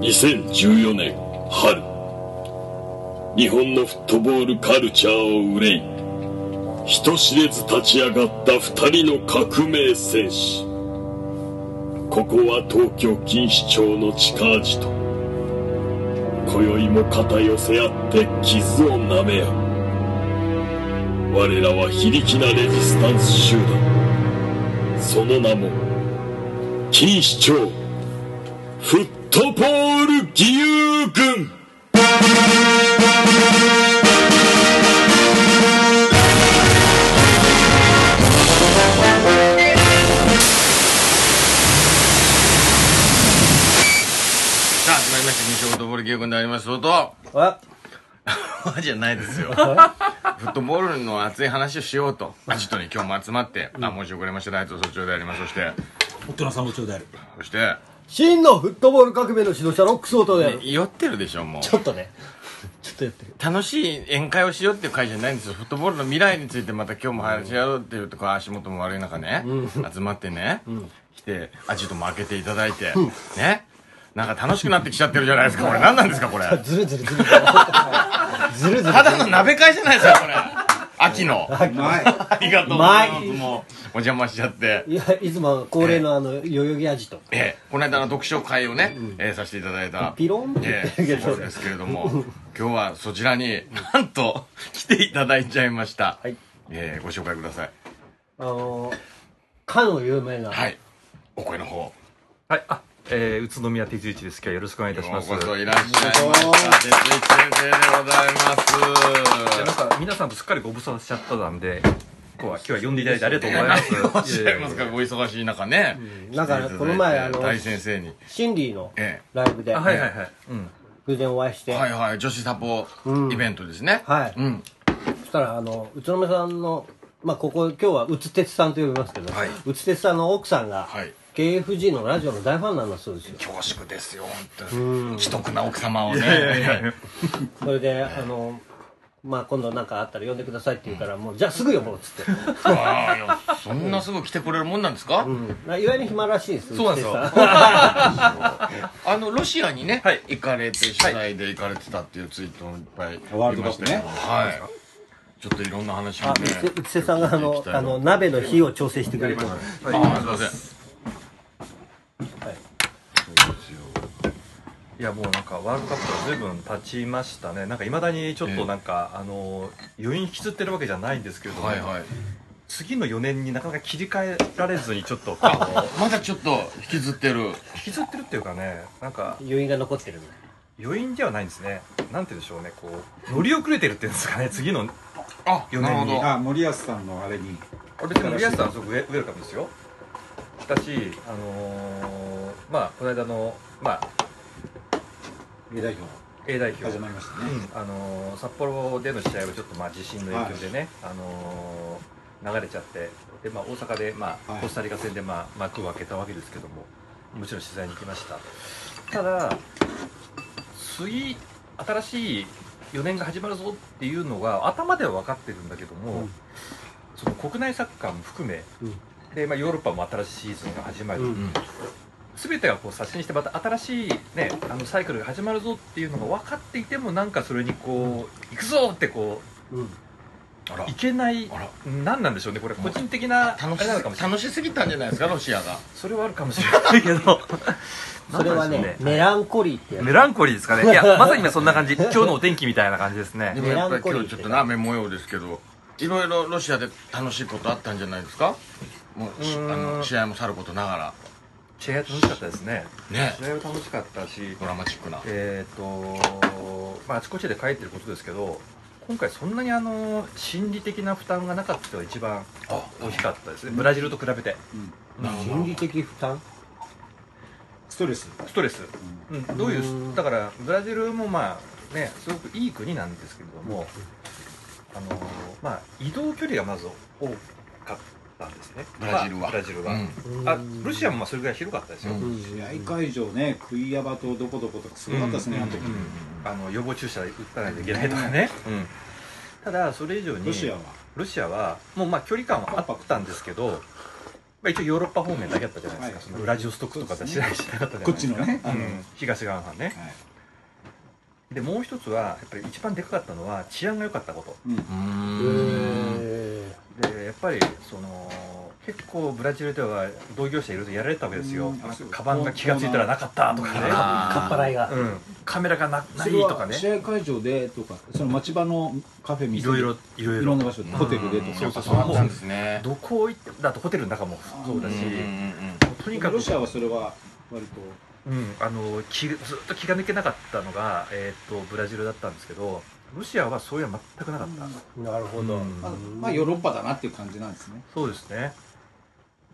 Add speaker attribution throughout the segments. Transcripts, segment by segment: Speaker 1: 2014年春日本のフットボールカルチャーを憂い人知れず立ち上がった2人の革命戦士ここは東京錦糸町の地下地と今宵も肩寄せ合って傷を舐め合う我らは非力なレジスタンス集団その名も錦糸町フットボール義勇軍
Speaker 2: さあ、始まりました。西本ボール球軍であります。と、
Speaker 3: あ
Speaker 2: じゃないですよ。フットボールの熱い話をしようと。アジトに今日も集まって、あ、申し遅れました。大東総長であります。そして、
Speaker 3: 大人さんもちょうだい
Speaker 2: そして、
Speaker 4: 真のフットボール革命の指導者ロックスオートで
Speaker 2: 酔ってるでしょ、もう。
Speaker 4: ちょっとねちょっとやってる
Speaker 2: 楽しい宴会をしようっていう会じゃないんですよフットボールの未来についてまた今日も話し合おうっていうとこ足元も悪い中ね、集まってね、来てアジトも開けていただいて、ねなんか楽しくなってきちゃってるじゃないですかこれ何なんですかこれ
Speaker 4: ずるずるずるずるずる
Speaker 2: ただの鍋会じゃないですかこれ秋のあ
Speaker 3: うまい
Speaker 2: りがとうございますもうお邪魔しちゃって
Speaker 4: いやいつも恒例のあの代々木味と
Speaker 2: ええ、この間の読書会をね、ええさせていただいた
Speaker 4: ピロン
Speaker 2: ええそうですけれども今日はそちらになんと来ていただいちゃいました、
Speaker 4: はい
Speaker 2: ええご紹介ください
Speaker 4: あのかの有名な、
Speaker 2: はいお声の方よ
Speaker 5: はい、あ、えー、宇都宮哲一です。今日はよろしくお願いいたしま
Speaker 2: う
Speaker 5: す。
Speaker 2: こそいらっしゃいました哲一先生でござい
Speaker 5: なん
Speaker 2: ます
Speaker 5: か皆さんとすっかりご無沙汰しちゃったんで、今日は今日は呼んでいただいてありがとうございます。
Speaker 2: おっしゃいますか
Speaker 5: え
Speaker 2: お忙しい中ね
Speaker 4: なんかこの前あの
Speaker 2: 大先生に
Speaker 4: シンディの
Speaker 2: え
Speaker 4: ライブで
Speaker 5: ーあはいはいはい。うん。
Speaker 4: 偶然お会いして、
Speaker 2: えはいはい女子サポイベントですね、
Speaker 4: はい
Speaker 2: うん
Speaker 4: そしたらあの宇都宮さんのまあここ今日は宇津鉄さんと呼びますけど、
Speaker 2: はい
Speaker 4: 宇津鉄さんの奥さんが、
Speaker 2: はい
Speaker 4: KFG のラジオの大ファンなんだそうですよ
Speaker 2: 恐縮ですよ本当に既得な奥様をね
Speaker 4: それであのまあ今度なんかあったら呼んでくださいって言うから、もうじゃあすぐ呼ぼうっつって
Speaker 2: ああいやそんなすぐ来てくれるもんなんですか、
Speaker 4: な意外に暇らしいです
Speaker 5: そうなんですよ
Speaker 4: 内瀬さん
Speaker 2: あのロシアにね、
Speaker 5: はい
Speaker 2: 行かれて取材で行かれてたっていうツイートもいっぱい
Speaker 3: ワー
Speaker 2: 見
Speaker 3: ルド
Speaker 2: ま
Speaker 3: カ
Speaker 2: した
Speaker 3: ップ
Speaker 2: け
Speaker 3: ね
Speaker 2: ど、はいちょっといろんな話も
Speaker 4: あ
Speaker 2: ね
Speaker 4: 内瀬内瀬さんがあ
Speaker 2: 聞いてい
Speaker 4: の
Speaker 2: きたいな
Speaker 4: あの鍋の火を調整してくれてます
Speaker 2: あすいません
Speaker 5: いやもうなんかワールドカップは随分経ちましたね。なんか未だにちょっとなんか、あのー余韻引きずってるわけじゃないんですけれども、
Speaker 2: はいはい
Speaker 5: 次の4年になかなか切り替えられずにちょっとこ
Speaker 2: あまだちょっと引きずってる
Speaker 5: う引きずってるっていうかね、なんか
Speaker 4: 余韻が残ってるんで
Speaker 5: 余韻ではないんですね。なんて言うんでしょうね、こう乗り遅れてるっていうんですかね。次の
Speaker 2: あ
Speaker 5: 四
Speaker 2: なる
Speaker 5: 年
Speaker 2: ほ
Speaker 5: に
Speaker 2: ど
Speaker 3: あ森保さんのあれに
Speaker 5: 別に森保さんはすごくウェウェルカムですよだしあのー、まあこの間の、まあ、
Speaker 3: A 代表
Speaker 5: A 代表、う
Speaker 3: 始
Speaker 5: ん
Speaker 3: まりましたね
Speaker 5: あのー札幌での試合はちょっとまあ地震の影響でね、あのー流れちゃってで、まあ、大阪で、まあ
Speaker 3: はい
Speaker 5: コスタリカ戦で、まあ、幕を開けたわけですけどももちろん取材に行きましたただ次新しい4年が始まるぞっていうのが頭では分かってるんだけども、
Speaker 4: うん
Speaker 5: その国内サッカーも含め、
Speaker 4: うん
Speaker 5: でまあ、ヨーロッパも新しいシーズンが始まり、
Speaker 4: うん
Speaker 5: 全てがこう刷新してまた新しい、ね、あのサイクルが始まるぞっていうのが分かっていてもなんかそれにこう行くぞってこ
Speaker 4: うん
Speaker 2: あら
Speaker 5: ういけない
Speaker 2: あら
Speaker 5: 何なんでしょうねこれ個人的なあれ
Speaker 2: 楽し
Speaker 5: なのかもしれない
Speaker 2: 楽しすぎたんじゃないですかロシアが
Speaker 5: それはあるかもしれないけど
Speaker 4: それは
Speaker 5: なん
Speaker 4: ね
Speaker 5: でしょう
Speaker 4: メランコリーってやつ
Speaker 5: メランコリーですかねいやまさに今そんな 感じ今日のお天気みたいな感じです
Speaker 2: で
Speaker 5: ね
Speaker 2: もやっぱ
Speaker 4: メラン
Speaker 2: り
Speaker 4: コリー
Speaker 2: 今日ちょっとな雨模様ですけどいろいろロシアで楽しいことあったんじゃないですかもうし
Speaker 5: う
Speaker 2: あ
Speaker 5: ーん
Speaker 2: の試合もさることなが
Speaker 5: 試合楽しかったですね
Speaker 2: らね
Speaker 5: 試合楽しかったし
Speaker 2: ドラマチックな
Speaker 5: えーとまあ、あちこちで書いてることですけど今回そんなにあの心理的な負担がなかったのが一番
Speaker 2: あ
Speaker 5: 大きかったですねブラジルと比べて
Speaker 2: なるほど
Speaker 4: 心理的負担
Speaker 3: ストレス
Speaker 5: ストレス、うんどういうだからブラジルもまあねすごくいい国なんですけれども、あのまあ、移動距離がまず多かったんですね
Speaker 2: ブラジルは、
Speaker 5: まあブラジルは、
Speaker 2: うん
Speaker 5: あロシアもまあそれぐらい広かったですよ、
Speaker 2: うん
Speaker 3: 試合会場ねクイヤバとどこどことかすごかったですね、あの時、
Speaker 5: あの予防注射打たないといけないとかね、うんただそれ以上に
Speaker 3: ロシアは
Speaker 5: ロシアはもうまあ距離感はあったんですけどまあ、一応ヨーロッパ方面だけだったじゃないですか、そ
Speaker 3: はい
Speaker 5: のウラジオストクとかだしないしなかったじゃないですか
Speaker 3: こっちのねあの
Speaker 5: うん東側藩ね、
Speaker 3: はい
Speaker 5: でもう一つはやっぱり一番でかかったのは治安が良かったこ
Speaker 2: う
Speaker 4: へ
Speaker 2: ん
Speaker 4: え
Speaker 5: とでやっぱりその結構ブラジルでは同業者いろいろやられてたわけですよ
Speaker 3: うんあそう
Speaker 5: カバンが気が付いたらなかったとかね
Speaker 2: あー
Speaker 4: かっぱらいが
Speaker 5: うん、カメラがなな
Speaker 3: そ
Speaker 5: い
Speaker 3: れは
Speaker 5: とかね
Speaker 3: 試合会場でとかその町場のカフェ
Speaker 5: い
Speaker 3: 店
Speaker 5: ろいろいろい
Speaker 3: いろんな
Speaker 5: ろ
Speaker 3: 場所でホテルでとか
Speaker 2: そうそうそう
Speaker 5: やっぱ
Speaker 2: なんですね
Speaker 5: どこ行ってだとホテルの中もそうだし、
Speaker 2: うんうん
Speaker 5: も
Speaker 2: うん
Speaker 5: うとにかく
Speaker 3: ロシアはそれは割と
Speaker 5: うん、あの気ずっと気が抜けなかったのが、えー、とブラジルだったんですけどロシアはそういうのは全くなかった、
Speaker 4: なるほど
Speaker 5: うん
Speaker 3: まあまあヨーロッパだなっていう感じなんですね
Speaker 5: そうですね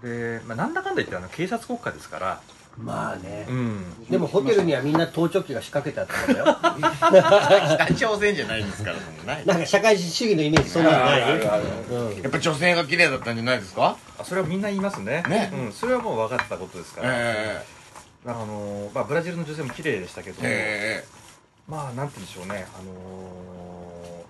Speaker 5: で、まあ、なんだかんだ言ってあの警察国家ですから、
Speaker 4: まあね
Speaker 5: うん、
Speaker 4: でもホテルにはみんな盗聴器が仕掛けてあったんだよ
Speaker 2: 北朝鮮じゃないですからそんなない
Speaker 4: なんか社会主義のイメージそんなのない
Speaker 2: あるあるある
Speaker 4: うん
Speaker 2: やっぱ女性が綺麗だったんじゃないですか
Speaker 5: あそれはみんな言いますね
Speaker 2: ね
Speaker 5: うん、それはもう分かったことですから、
Speaker 2: え
Speaker 5: あのまあ、ブラジルの女性も綺麗でしたけど
Speaker 2: え、え
Speaker 5: まあなんて言うんでしょうね、あの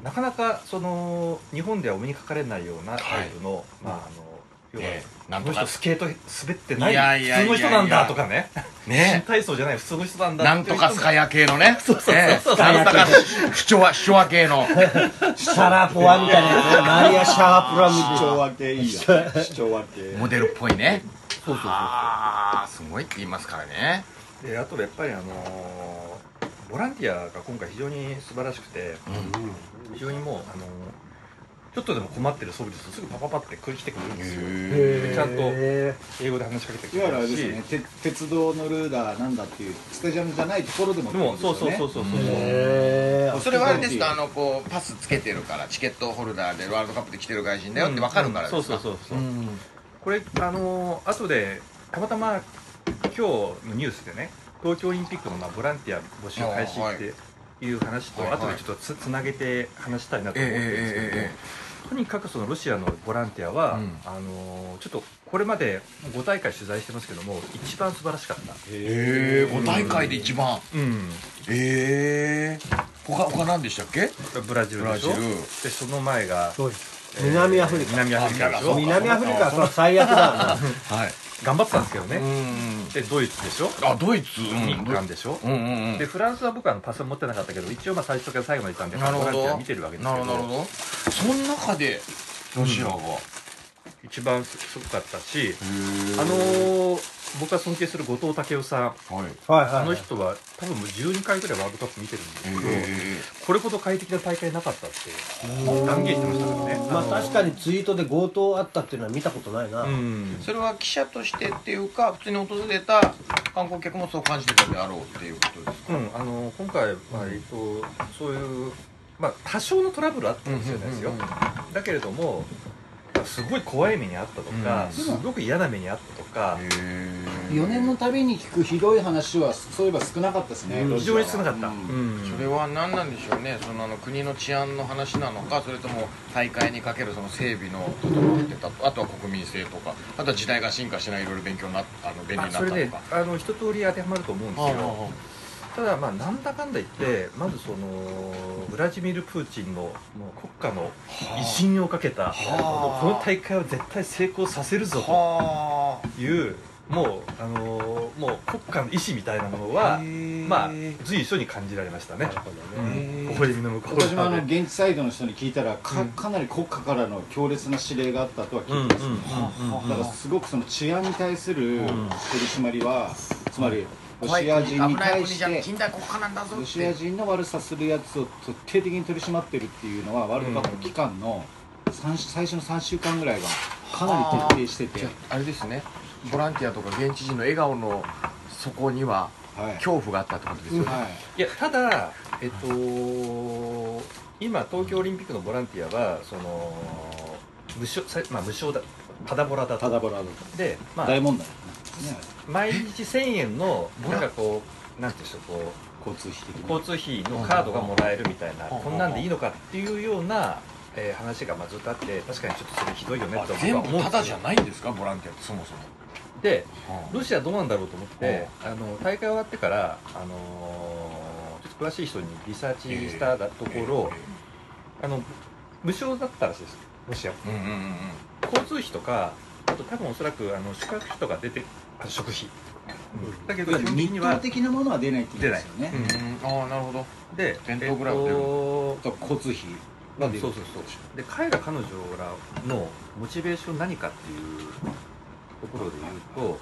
Speaker 5: ーなかなかその日本ではお目にかかれないようなタイプの、まああの要は、
Speaker 2: ねえなん
Speaker 5: ことの
Speaker 2: か
Speaker 5: 人スケート滑って
Speaker 2: いや
Speaker 5: ないい
Speaker 2: やいやいや
Speaker 5: 普通の人なんだとかね
Speaker 2: えね
Speaker 5: 新体操じゃない普通の人なん
Speaker 2: え
Speaker 5: だ
Speaker 2: なんとかスカヤ系のね
Speaker 5: そうそうそう
Speaker 2: ええ
Speaker 5: そう
Speaker 2: なんとか主張は主張系の
Speaker 4: シャラポワみたいなやつねマリア・シャープラみたいな
Speaker 3: 主張分けいいじゃん主張分け
Speaker 2: モデルっぽいね
Speaker 5: そうそう
Speaker 2: ああすごいって言いますからね
Speaker 5: そうであとやっぱりあのーボランティアが今回非常に素晴らしくて非常にもう、あのーちょっとでも困ってる素振りするとすぐパパパって来る来てくれるんですよ
Speaker 2: へ
Speaker 5: ちゃんと
Speaker 4: へ
Speaker 5: 英語で話しかけてく
Speaker 3: いわ
Speaker 5: れ
Speaker 3: ゆるあ
Speaker 5: るし
Speaker 3: れですよねて鉄道のルーダーなんだっていうスタジアムじゃないところでも
Speaker 5: でもそうそうそうそうそう、
Speaker 4: えへえ
Speaker 2: それはあれですかあのこうパスつけてるからチケットホルダーでワールドカップで来てる外人だよって分かるからですか、
Speaker 5: うんそうそうそうそう、
Speaker 2: ん
Speaker 5: これあのー後でたまたま今日のニュースでね東京オリンピックのまあボランティア募集開始っていう話と、
Speaker 2: はいはい
Speaker 5: 後でちょっとつつなげて話したいなと
Speaker 2: ええ
Speaker 5: 思ってるんですけど、
Speaker 2: ええええ
Speaker 5: とにかくそのロシアのボランティアは、
Speaker 2: うん
Speaker 5: あのーちょっとこれまで5大会取材してますけども一番素晴らしかった、
Speaker 2: ええ5大会で一番
Speaker 5: うん、
Speaker 2: ええ他他何でしたっけ
Speaker 5: ブラジルでしょ
Speaker 2: ブラジル
Speaker 5: でその前が、
Speaker 4: そうです南アフリカ
Speaker 5: 南アフリカでしょ
Speaker 2: あ
Speaker 4: 南アフリカはそれは最悪だ
Speaker 2: はい
Speaker 5: 頑張ってたんですけどね、
Speaker 2: うん
Speaker 5: でドイツでしょ
Speaker 2: あドイツう
Speaker 5: 日
Speaker 2: ん
Speaker 5: 韓でしょ、
Speaker 2: うんうんうん
Speaker 5: でフランスは僕はあのパス持ってなかったけど一応まあ最初から最後までいたんで
Speaker 2: なる
Speaker 5: ボ
Speaker 2: ほ
Speaker 5: ランティ
Speaker 2: ど
Speaker 5: ア見てるわけです
Speaker 2: な
Speaker 5: け
Speaker 2: る
Speaker 5: ど
Speaker 2: ほどなるほどその中でロシアが、
Speaker 5: 一番すごかったし、
Speaker 2: へ
Speaker 5: あのー僕が尊敬する後藤武雄さん
Speaker 2: はい
Speaker 4: はいは
Speaker 5: あ
Speaker 4: い
Speaker 5: の人は多分もう12回ぐらいワールドカップ見てるんですけ
Speaker 2: え
Speaker 5: ど、
Speaker 2: え
Speaker 5: これほど快適な大会なかったって断言してましたからね
Speaker 4: まあ確かにツイートで強盗あったっていうのは見たことないな、
Speaker 5: うん
Speaker 2: それは記者としてっていうか普通に訪れた観光客もそう感じてたであろうっていうことですか
Speaker 5: うん、あの今回、まあえっと、そういう、まあ、多少のトラブルあったかもしれないですよ、
Speaker 2: うんうんうん
Speaker 5: だけれどもすごい怖い目にあったとか、
Speaker 2: うん
Speaker 5: すごく嫌な目にあったとか、
Speaker 2: へえ
Speaker 3: 4年のたびに聞くひどい話はそういえば少なかったですね、
Speaker 5: 非常に少なかった、
Speaker 3: うん
Speaker 5: うん
Speaker 2: それは何なんでしょうねそのあの国の治安の話なのかそれとも大会にかけるその整備の整ってたとあとは国民性とかあとは時代が進化しないいろいろ勉強なあの便利にな
Speaker 5: あ
Speaker 2: った
Speaker 5: そ
Speaker 2: と
Speaker 5: れ
Speaker 2: か、
Speaker 5: であの一通り当てはまると思うんですけど
Speaker 2: は
Speaker 5: ただまあなんだかんだ言ってまずそのウラジミル・プーチンのもう国家の威信をかけ
Speaker 2: は
Speaker 5: た
Speaker 2: あ
Speaker 5: もうこの大会は絶対成功させる
Speaker 2: あ
Speaker 5: ぞと
Speaker 2: は
Speaker 5: いうもうあのもう国家の意志みたいなもの
Speaker 2: あ
Speaker 5: は
Speaker 2: へー
Speaker 5: まあ随所に感じられましたね
Speaker 4: なるほどね
Speaker 5: う
Speaker 2: へー
Speaker 5: ん微笑みの向こう
Speaker 3: 私もあ
Speaker 5: 側
Speaker 3: の
Speaker 5: で
Speaker 3: 現地サイドの人に聞いたらか,、
Speaker 5: うん
Speaker 3: かなり国家からの強烈な指令があったとは
Speaker 5: うんう
Speaker 3: 聞
Speaker 5: んう
Speaker 3: い
Speaker 5: ん
Speaker 3: てます、
Speaker 5: うんうん
Speaker 3: だからすごくその治安に対する取り
Speaker 5: ん
Speaker 3: 締まりは、つまりロ
Speaker 2: 怖い
Speaker 3: シア人
Speaker 2: 国
Speaker 3: に
Speaker 2: 危ない
Speaker 3: 対
Speaker 2: 国
Speaker 3: し
Speaker 2: じゃん
Speaker 3: て
Speaker 2: 近代国家なんだぞ
Speaker 3: ロ
Speaker 2: っ
Speaker 3: シア
Speaker 2: て
Speaker 3: 人の悪さするやつを徹底的に取り締まってるっていうのはワールドカップ期間の三最初の3週間ぐらいはかなり徹底してて、
Speaker 2: あれですねボランティアとか現地人の笑顔の底には
Speaker 3: はい
Speaker 2: 恐怖があったってことですよね、
Speaker 3: はい
Speaker 5: いやただえっと今東京オリンピックのボランティアはその無償さまあ無償だパダボラだ
Speaker 3: た
Speaker 5: と
Speaker 3: だボラード
Speaker 5: でまあ
Speaker 3: 大問題、ね、
Speaker 5: 毎日1000円のなんかこうなんていうんでしょうこ
Speaker 3: 交通費的
Speaker 5: う
Speaker 3: に
Speaker 5: 交通費のカードがもらえるみたいな
Speaker 2: うん
Speaker 5: こんなんでいいのかっていうような、えー話がまあずっとあって確かにちょっとそれひどいよね
Speaker 2: あ
Speaker 5: と僕は
Speaker 2: 全
Speaker 5: 思うん
Speaker 2: 部
Speaker 5: です
Speaker 2: ただ
Speaker 5: よ
Speaker 2: じゃないんですかボランティアってそもそも、
Speaker 5: で
Speaker 2: うん
Speaker 5: ロシアどうなんだろうと思って、あの大会終わってから、あのーちょっと詳しい人にリサーチしたところ、あの無償だったらしいですもしや
Speaker 2: うんうんうん
Speaker 5: 交通費とかあと多分おそらくあの宿泊費とか出てあと食費、
Speaker 4: うん
Speaker 5: だけど基本的
Speaker 3: 日
Speaker 5: に
Speaker 3: 当
Speaker 5: は
Speaker 3: 的なものは出ないって言うんですよね
Speaker 5: 出ない
Speaker 2: うんああなるほど
Speaker 5: で
Speaker 2: 弁当ぐらいは出る
Speaker 5: と
Speaker 3: だから交通費が出る
Speaker 5: そうそうそうで彼ら彼女らのモチベーション何かっていうところで言うと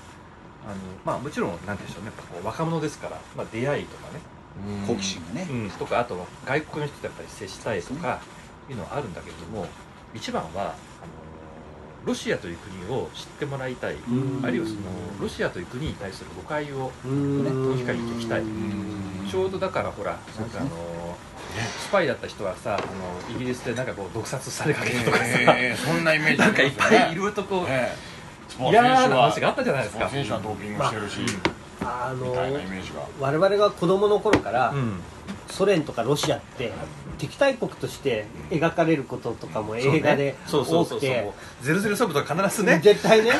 Speaker 5: あのまあもちろんなんて言うんでしょうねやっぱこう若者ですから、まあ、出会いとかね、
Speaker 3: 好奇心がね、
Speaker 5: とかあとは外国の人とやっぱり接したいとかいうのはあるんだけれども一番はあのロシアという国を知ってもらいたい、
Speaker 4: うん
Speaker 5: あるいはそのロシアという国に対する誤解を
Speaker 4: うん
Speaker 5: 機械に行きたいちょうどだからほらなんかあのスパイだった人はさあのイギリスでなんかこう毒殺されかけたとかさ、
Speaker 2: ええそんなイメージ
Speaker 5: なんかいっぱいいろいろとこう、
Speaker 2: ええスポーツ
Speaker 5: 嫌
Speaker 2: 選手
Speaker 5: な
Speaker 2: は
Speaker 5: 話があったじゃないで
Speaker 2: ス
Speaker 5: す
Speaker 2: ポー
Speaker 5: か
Speaker 2: ツ。選手はドーピングしてるし、
Speaker 4: あ
Speaker 2: み
Speaker 4: の
Speaker 2: たいなイメージが
Speaker 4: 我々が子供の頃から、
Speaker 5: うん
Speaker 4: ソ連とかロシアって敵対国として描かれることとかも映画で
Speaker 5: そうそ
Speaker 4: 多
Speaker 5: うそう
Speaker 4: く
Speaker 5: そう
Speaker 4: て
Speaker 5: ゼロゼロサブとか必ずね
Speaker 4: 絶 対ね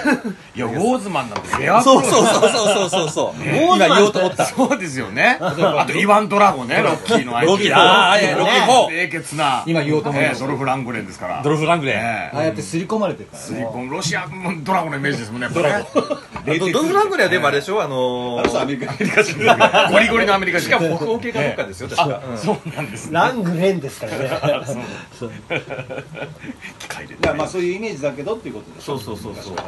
Speaker 2: いやウォーズマンなんてレア
Speaker 6: そうそうそうそうそう そう。
Speaker 4: ウォーズマンって
Speaker 6: 今言おうと思った。
Speaker 2: そうですよねあとイワン・ドラゴねロッキーの相
Speaker 6: ロ
Speaker 2: 手
Speaker 6: キーだ。あー、えーロキー4。
Speaker 2: 冷血な
Speaker 3: 今言おうと思いました
Speaker 2: ええドルフ・ラングレンですから
Speaker 6: ドルフ・ラングレン。
Speaker 2: え
Speaker 3: ああやって刷り込まれてるからね
Speaker 2: えもうロシアもドラゴンのイメージですもんねドラゴ
Speaker 5: ドドルフラングレーはでもあれでしょあのー
Speaker 3: アメリカ
Speaker 2: ンゴリゴリのアメリカ
Speaker 5: し
Speaker 2: 人
Speaker 5: かも北欧系かどうかですよ確かうん
Speaker 2: そうなんですね
Speaker 4: ラングレンです からねそう
Speaker 2: 機械でね
Speaker 3: だから まあそういうイメージだけどっていうことでし
Speaker 5: そ
Speaker 3: ょ
Speaker 5: うそうそうそう
Speaker 3: 昔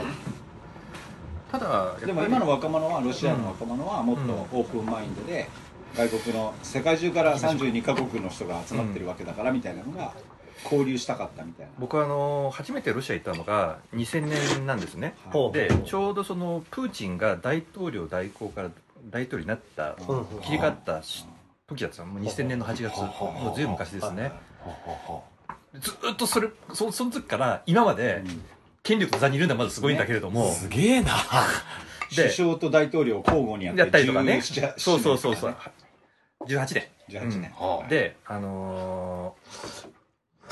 Speaker 5: た
Speaker 3: か
Speaker 5: だやっぱ
Speaker 3: ら
Speaker 5: り
Speaker 3: でも今の若者はロシアの若者はもっとオープンマインドで外国の世界中から32カ国の人が集まってるわけだからみたいなのが交流したかったみたいな
Speaker 5: 僕はあのー初めてロシア行ったのが2000年なんですね
Speaker 3: はい
Speaker 4: ほう
Speaker 5: でちょうどそのプーチンが大統領代行から大統領になった
Speaker 4: うんうん
Speaker 5: 切り替わったし時だったのもう2000年の8月もうずいぶん昔ですねずーっとそれそその時から今まで
Speaker 3: うん
Speaker 5: 権力と座にいるのはまずすごいんだけれども、
Speaker 6: すげえな。
Speaker 5: で
Speaker 3: 首相と大統領を交互にやって
Speaker 5: やったりとかね
Speaker 3: 17年
Speaker 5: そうそうそうそう18年
Speaker 3: 18年
Speaker 2: はあ
Speaker 5: であの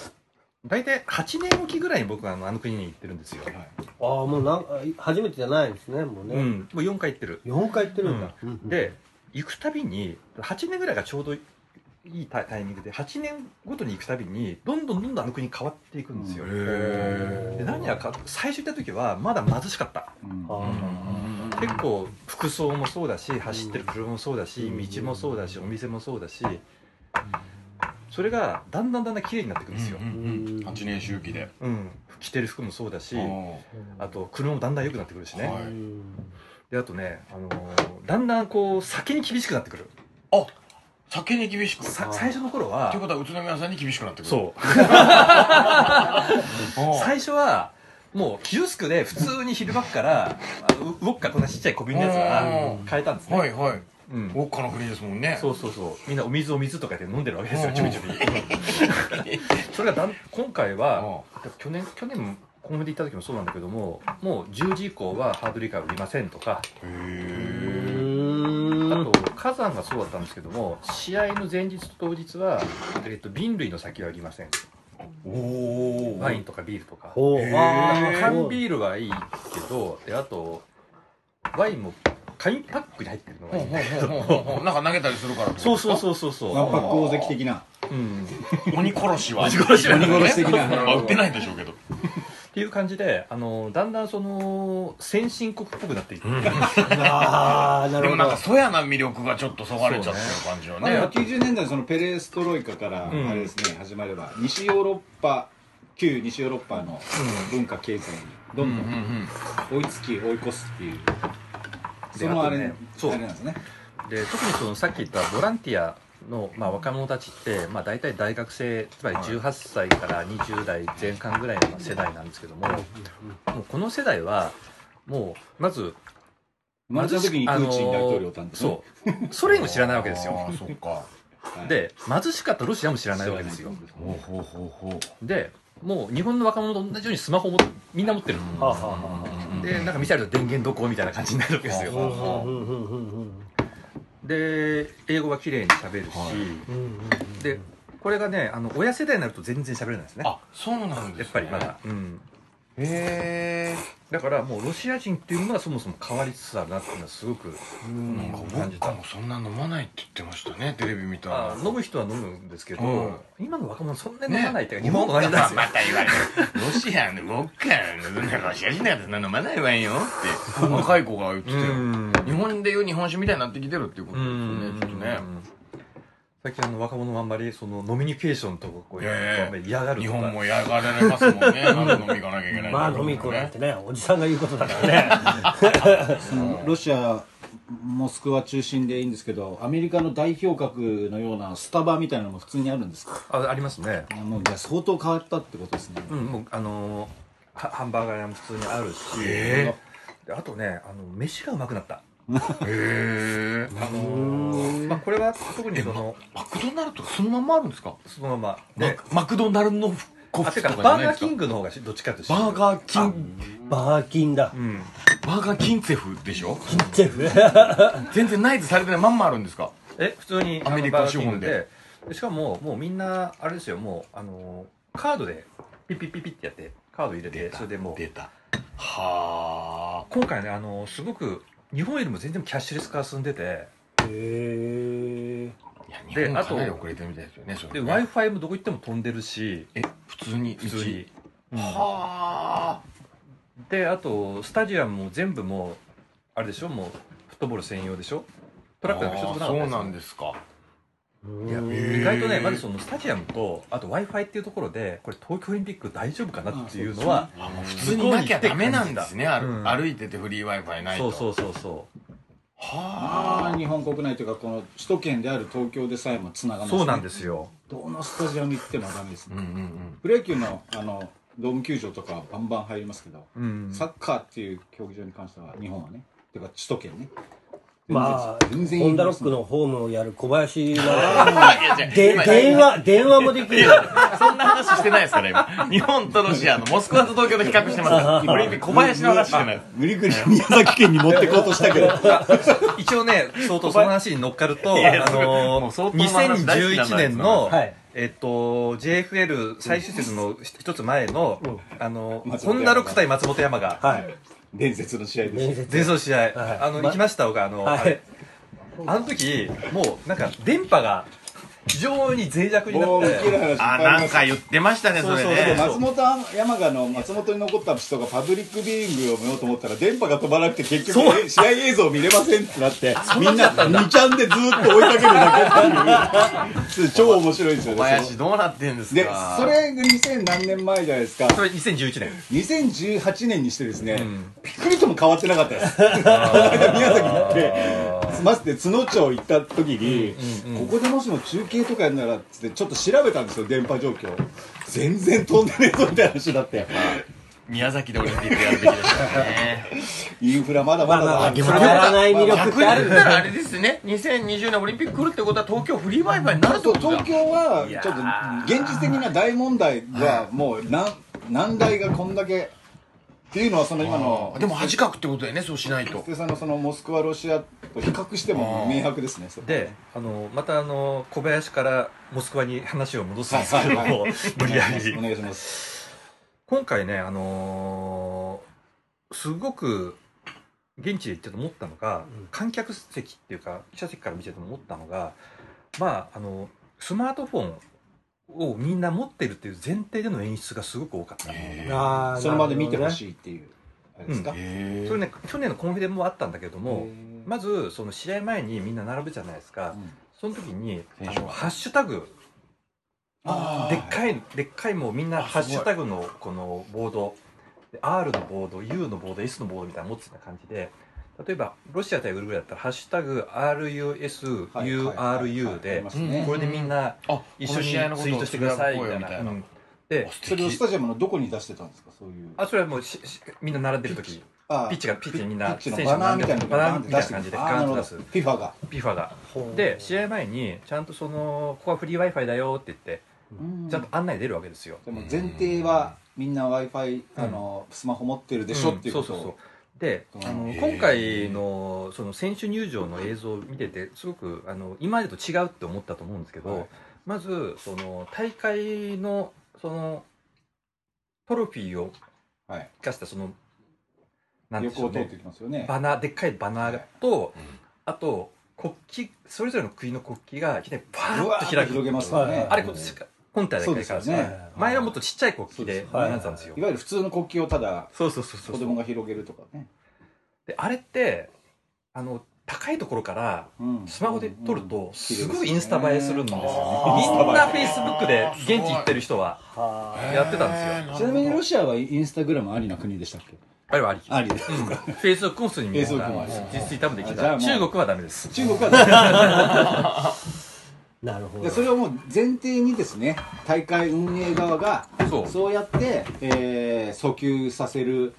Speaker 5: ー、大体8年おきぐらいに僕はあのあの国に行ってるんですよ、
Speaker 4: ああもうなん初めてじゃないんですねもう
Speaker 5: う
Speaker 4: ね、
Speaker 5: ん、もう4回行ってる
Speaker 4: 四4回行ってるんだ、うんうん
Speaker 5: で行くたびに8年ぐらいがちょうどいいタイミングで8年ごとに行くたびにどんどんどんどんあの国変わっていくんですよ、で何がか最初行った時はまだ貧しかった
Speaker 3: うん
Speaker 4: あ
Speaker 5: 結構服装もそうだし走ってる車もそうだし
Speaker 4: うん
Speaker 5: 道もそうだしお店もそうだしそれがだんだんだんだん綺麗になってく
Speaker 2: う
Speaker 5: る
Speaker 2: ん
Speaker 5: んですよ、
Speaker 2: うんうん8年周期で
Speaker 5: うん着てる服もそうだし
Speaker 2: うん
Speaker 5: あと車もだんだん良くなってくるしね、
Speaker 2: は
Speaker 4: う
Speaker 2: い
Speaker 4: ん
Speaker 5: であとね、あのーだんだんこう酒に厳しくなってくる
Speaker 2: 酒に厳しく
Speaker 5: さ
Speaker 2: と
Speaker 5: 最初の頃は
Speaker 2: いうことは宇都宮さんに厳しくなってくる
Speaker 5: そう
Speaker 2: うん
Speaker 5: 最初はもうキオスクで普通に昼間からあのウウォッカこんなちっちゃい小瓶のやつ
Speaker 2: う
Speaker 5: か
Speaker 2: ん
Speaker 5: ら買えたんですね、
Speaker 2: はいはい
Speaker 5: うん
Speaker 2: おっかの国ですもんね
Speaker 5: そうそうそうみんなお水お水とかで飲んでるわけです
Speaker 2: う
Speaker 5: よ
Speaker 2: ん
Speaker 5: ちょびち ょびそれがだん今回は去年去年もコンビニ行った時もそうなんだけどももう10時以降はハードリカー売りませんとか
Speaker 2: へえ
Speaker 4: う
Speaker 5: あ
Speaker 4: ーん
Speaker 5: と火山がそうだったんですけども試合の前日と当日は、えっと、瓶類の先は売りません
Speaker 2: おお
Speaker 5: ワインとかビールとか
Speaker 4: ほう
Speaker 2: へー
Speaker 4: あー
Speaker 5: 缶 ビールはいいけどであとワインも紙パックに入ってるのがいいんだけど
Speaker 2: なんか投げたりするからってこと
Speaker 5: そうそうそうそうそう
Speaker 3: ワンパック大関的な
Speaker 5: うん、っ
Speaker 2: 鬼殺しは鬼
Speaker 5: 殺しは
Speaker 3: 鬼殺し的な
Speaker 2: まあ売ってないんでしょうけど
Speaker 5: ていう感じであのだんだんその先進国っぽくなっていく、
Speaker 4: あーな
Speaker 2: で
Speaker 4: る
Speaker 2: も
Speaker 4: ほ
Speaker 2: なんか
Speaker 4: ど
Speaker 2: そやな魅力がちょっとそがれちゃってる感じは
Speaker 3: まあ、
Speaker 2: ね
Speaker 3: でも90年代のそのペレストロイカからあ
Speaker 5: うん
Speaker 3: れですね、始まれば西ヨーロッパ旧西ヨーロッパの文化経済にどんど
Speaker 2: うんん
Speaker 3: 追いつき追い越すっていう、
Speaker 5: で
Speaker 3: そのあれ
Speaker 5: あとねそう
Speaker 3: あれなんですね
Speaker 5: で特にそのさっき言ったボランティアの、まあ、若者たちって、まあ、大体大学生つまり18歳から20代前半ぐらいの世代なんですけどももうこの世代はもうまず
Speaker 3: 生まれた時にプーチン大統領たんですね、
Speaker 5: そうソ連を知らないわけです
Speaker 2: あ
Speaker 5: よ
Speaker 2: あそっか
Speaker 3: はい
Speaker 5: で貧しかったロシアも知らないわけですよ
Speaker 2: ほうほうほうほう
Speaker 5: でもう日本の若者と同じようにスマホもみんな持ってる
Speaker 4: はあはあは
Speaker 5: でなんか見せると電源どこみたいな感じになるわけです
Speaker 4: あうん
Speaker 5: よ
Speaker 4: うんうんうんうん
Speaker 5: で英語は綺麗に喋るし、
Speaker 4: うんうんうん
Speaker 5: で これがねあの親世代になると全然喋れないですね
Speaker 2: あそうなんですね
Speaker 5: やっぱりまだ、うん、
Speaker 2: へ
Speaker 5: だからもうロシア人っていうものはそもそも変わりつつあるなっていうのはすごく
Speaker 2: えなんかウォ
Speaker 5: 感じ
Speaker 2: ッカ
Speaker 5: た
Speaker 2: もそんな飲まないって言ってましたねテレビ見たら
Speaker 5: あ飲む人は飲むんですけど、
Speaker 2: うん
Speaker 5: 今の若者そんなに飲まないっていうか、
Speaker 2: ね
Speaker 5: 日本も飲まないですよ、
Speaker 2: また言われる ロシアのウォッカそんなロシア人なんかそんな飲まないわよって若い子が言ってたよ
Speaker 5: うん
Speaker 2: 日本でいう日本酒みたいになってきてるっていうこと
Speaker 5: う
Speaker 2: ですよね
Speaker 5: ん
Speaker 2: ちょっとね
Speaker 5: 最近あの若者はあんまりそのノミニケーションとかこうやるとあんまり嫌がる
Speaker 2: 日
Speaker 5: とか、
Speaker 2: 本もやがられますもんねなんか飲み行かなきゃいけない
Speaker 4: まあ飲み行こうなん てねおじさんが言うことだからね
Speaker 3: そのロシアモスクワ中心でいいんですけどアメリカの代表格のようなスタバみたいなのも普通にあるんですか
Speaker 5: あありますね、
Speaker 3: もうじゃあ相当変わったってことですね
Speaker 5: うん、もうあのーはハンバーガー屋も普通にあるし、
Speaker 2: え
Speaker 5: であとねあの飯がうまくなった
Speaker 2: へえ
Speaker 5: あのーまあ、これは特にその
Speaker 2: マクドナルドがそのままあるんですか
Speaker 5: そのまま
Speaker 2: マ
Speaker 5: で
Speaker 2: クマクドナルドのコ
Speaker 5: あ
Speaker 2: フ
Speaker 5: て
Speaker 2: と
Speaker 5: か
Speaker 2: かじゃ
Speaker 5: バ
Speaker 2: な
Speaker 5: ー
Speaker 2: い
Speaker 5: ガー
Speaker 2: です
Speaker 5: キ
Speaker 2: か
Speaker 5: ングの方がしどっちかって
Speaker 2: バーガーキング
Speaker 4: バーキンだ
Speaker 5: ーうん
Speaker 2: バーガーキンツェフでしょ
Speaker 4: ジェフ
Speaker 2: 全然ナイズされてないまんまあるんですか
Speaker 5: え普通に
Speaker 2: アメリカ資本で
Speaker 5: あのバーガーキングででしかももうみんなあれですよもうあのーカードでピッピッピッピッってやってカード入れてそれでもう
Speaker 2: 出たは
Speaker 5: 今回ねあのすごく日本よりも全然キャッシュレス化が進んでて
Speaker 2: あい
Speaker 4: へ
Speaker 2: や日
Speaker 5: で
Speaker 2: 本
Speaker 5: あ
Speaker 2: か
Speaker 5: と
Speaker 2: なり遅れてるみたいですよねそれ
Speaker 5: で
Speaker 2: ね
Speaker 5: w i f i もどこ行っても飛んでるし
Speaker 2: え普通に
Speaker 5: 普通に、うん
Speaker 2: はあ
Speaker 5: であとスタジアムも全部もうあれでしょもうフットボール専用でしょトラックなんか一つもなかった
Speaker 2: そ
Speaker 5: で
Speaker 2: う
Speaker 5: すよ
Speaker 2: なんですか
Speaker 5: いや
Speaker 2: ー
Speaker 5: 意外とねまずそのスタジアムとあと w i f i っていうところでこれ東京オリンピック大丈夫かなっていうのは
Speaker 2: あもう普通になきゃダメなんですねある
Speaker 5: うん
Speaker 2: 歩いててフリー Wi-Fi ない
Speaker 5: そ
Speaker 2: と
Speaker 5: うそうそうそう
Speaker 2: は
Speaker 3: ああ日本国内というかこの首都圏である東京でさえもつながらない、
Speaker 5: そうなんですよ
Speaker 3: どのスタジアム行ってもダメです
Speaker 2: あう
Speaker 3: ね、
Speaker 2: んうんうん
Speaker 3: プロ野球のあのドーム球場とかはバンバン入りますけど、
Speaker 5: うん
Speaker 3: サッカーっていう競技場に関しては日本はねてか首都圏ね
Speaker 4: まあ
Speaker 3: 全然
Speaker 4: ホ
Speaker 3: 全
Speaker 4: ンダ
Speaker 3: 然
Speaker 4: ロッ
Speaker 3: いす
Speaker 4: ク
Speaker 3: ね
Speaker 4: のホームをやる小林が
Speaker 2: いやいや
Speaker 4: で
Speaker 2: 今
Speaker 4: 電話電話もできる
Speaker 2: そんな話してないですから今日本とロシアのモスクワと東京の比較して ますオリンピック小林の話してない
Speaker 3: 無理くり宮崎県に持ってこうとしたけど
Speaker 5: 一応ね相当その話に乗っかるとあ
Speaker 2: やそれも
Speaker 5: の
Speaker 2: う相当な話大好きなん
Speaker 5: 2011
Speaker 2: だ
Speaker 5: 年の
Speaker 4: はい
Speaker 5: えっと JFL 最終節の一つ前の
Speaker 4: うん
Speaker 5: あの
Speaker 3: 松
Speaker 5: ホ
Speaker 3: 本山が
Speaker 5: ンダロック対松本山が
Speaker 4: はい
Speaker 3: 伝説の試合です
Speaker 4: 伝
Speaker 3: よ
Speaker 4: 説
Speaker 5: 前走試
Speaker 4: はい
Speaker 5: 合あの
Speaker 4: ま
Speaker 5: 行きました僕あの
Speaker 4: はい
Speaker 5: あれあの時もうなんか電波が非常に脆弱にな
Speaker 3: もう
Speaker 5: って
Speaker 3: 切る話いっぱい
Speaker 2: あ
Speaker 3: あり
Speaker 2: な
Speaker 3: ま
Speaker 2: ん
Speaker 3: す
Speaker 2: か言ってましたねそれ
Speaker 5: そうそう
Speaker 2: ね
Speaker 5: そう
Speaker 3: 松本山雅の松本に残った人がパブリックビューイングを見ようと思ったら電波が飛ばなくて結局ね試合映像見れませんってなってみんな2ちゃんでずーっと追いかけるだけっていう 超面白いですよ
Speaker 2: 小
Speaker 3: ね
Speaker 2: 林どうなってんです
Speaker 3: で
Speaker 2: か
Speaker 3: それが2000何年前じゃないですか
Speaker 5: それ2011年
Speaker 3: 2018年にしてですね、びっくりとも変わってなかったですこの間宮崎行ってまして都農町行った時に、ここでもしも中継とかやるならっつってちょっと調べたんですよ電波状況全然飛んでねえぞみたいな話だって
Speaker 2: 宮崎でオリンピックやるべきで したね
Speaker 3: インフラまだまだだ
Speaker 4: まあまあ
Speaker 3: で
Speaker 4: 変
Speaker 3: も
Speaker 4: わらない魅力っ
Speaker 2: 逆
Speaker 4: て
Speaker 2: に
Speaker 4: あ
Speaker 2: 言
Speaker 4: る
Speaker 2: っ
Speaker 4: ん
Speaker 2: た
Speaker 4: だ
Speaker 2: らあれですね2020年オリンピック来るってことは東京フリー Wi-Fi になるって
Speaker 3: そう
Speaker 2: ことだ
Speaker 3: 東京はちょっと現実的な大問題がもう何難題がこんだけっていうのはその今の
Speaker 2: でも恥かくってことだよねそうしないと
Speaker 3: でそのそのモスクワロシアと比較しても明白ですねそれ
Speaker 5: であのまたあの小林からモスクワに話を戻すんですけど
Speaker 3: はいはい
Speaker 5: も無理やり
Speaker 3: お願いします
Speaker 5: 今回ね、あのーすごく現地で行ってて思ったのが、観客席っていうか記者席から見てても思ったのがまああのスマートフォンをみんな持ってるっていう前提での演出がすごく多かった、
Speaker 4: あー
Speaker 3: その場で見てほ
Speaker 4: なる
Speaker 3: しいっていうあれですか、
Speaker 5: それね去年のコンフィデもあったんだけどもまずその試合前にみんな並ぶじゃないですか、
Speaker 3: うん
Speaker 5: その時にあ
Speaker 2: 選手
Speaker 5: の
Speaker 2: は
Speaker 5: ハッシュタグ
Speaker 3: あー
Speaker 5: でっかいでっかいもうみんなハッシュタグのこのボードで R のボード U のボード S のボードみたいなの持ってた感じで例えばロシア対ウルグアイだったら「ハッシュタグ #RUSURU」
Speaker 3: あり
Speaker 5: で
Speaker 3: ますね
Speaker 5: これでみんな
Speaker 2: あ
Speaker 5: 一緒にツイートしてくださいみたいな。うんで
Speaker 3: それをスタジアムのどこに出してたんですかそういう
Speaker 5: あそれはもうししみんな並んでる時
Speaker 3: あ
Speaker 5: ピッチがピッチにみんな
Speaker 3: ピッ
Speaker 5: 選
Speaker 3: チ
Speaker 5: 手
Speaker 3: のバ
Speaker 5: が
Speaker 3: ナー
Speaker 5: 並ん
Speaker 3: み
Speaker 5: でる
Speaker 3: たいなの
Speaker 5: バナーみたい
Speaker 3: 出
Speaker 5: な
Speaker 3: して
Speaker 5: 感じで
Speaker 3: あ
Speaker 5: ガ
Speaker 3: ーな
Speaker 5: ーンと
Speaker 3: る
Speaker 5: 出
Speaker 3: ほど
Speaker 5: す
Speaker 3: FIFA が
Speaker 5: ピファが
Speaker 4: ほど
Speaker 5: で試合前にちゃんとその「ここはフリー w i f i だよ」って言ってちゃんと案内出るわけですよ、
Speaker 3: でも前提はみんな w i f i あのスマホ持ってるでしょっていうこと
Speaker 5: そうそうそう
Speaker 3: を
Speaker 5: で、
Speaker 3: うん
Speaker 5: あの
Speaker 2: へー
Speaker 5: 今回のその選手入場の映像を見ててすごくあの今までと違うって思ったと思うんですけど、
Speaker 3: はい
Speaker 5: まずその大会のそのトロフィーを
Speaker 3: はい
Speaker 5: かしたその、なんでしょ
Speaker 3: 横を
Speaker 5: う
Speaker 3: 通っ
Speaker 5: ね
Speaker 3: て。きますよね
Speaker 5: バナー、でっかいバナーと、あと、国旗、それぞれの国の国旗が、いきなりパ
Speaker 3: う
Speaker 5: ー
Speaker 3: わー
Speaker 5: ッ
Speaker 3: っ
Speaker 5: と
Speaker 3: と
Speaker 5: 開く。
Speaker 3: 広げますよね、
Speaker 5: あれ、今年か本体だけだから
Speaker 3: そうですよ
Speaker 5: ね
Speaker 3: ね。
Speaker 5: 前はもっとちっちゃい国旗で、
Speaker 4: はい
Speaker 5: なってたんですよ
Speaker 3: い。わゆる普通の国旗をただ
Speaker 5: そうそうそうそう。
Speaker 3: 子供が広げるとかね
Speaker 5: で、あれって、あの、高いところから、
Speaker 3: うん
Speaker 5: スマホで撮る
Speaker 3: うん
Speaker 5: と、すごいインスタ映えするんですよね。
Speaker 2: あ
Speaker 5: み
Speaker 2: ー
Speaker 5: んな Facebook で現地行ってる人は、
Speaker 4: は
Speaker 5: やってたんですよ
Speaker 2: よ
Speaker 3: ちなみにロシアはインスタグラムありな国でしたっけ
Speaker 5: あれはありき。
Speaker 3: ありです
Speaker 5: フェイスブックも普通に見な
Speaker 3: Facebook も
Speaker 5: がら
Speaker 3: あり
Speaker 5: 実質多分でき
Speaker 3: あじゃあ
Speaker 5: た
Speaker 3: もう
Speaker 5: 中国はダメです
Speaker 3: 中国は
Speaker 4: いなるほ
Speaker 3: で
Speaker 4: ど
Speaker 3: それをもう前提にですね大会運営側が
Speaker 5: そう
Speaker 3: そうやって、えー訴求させる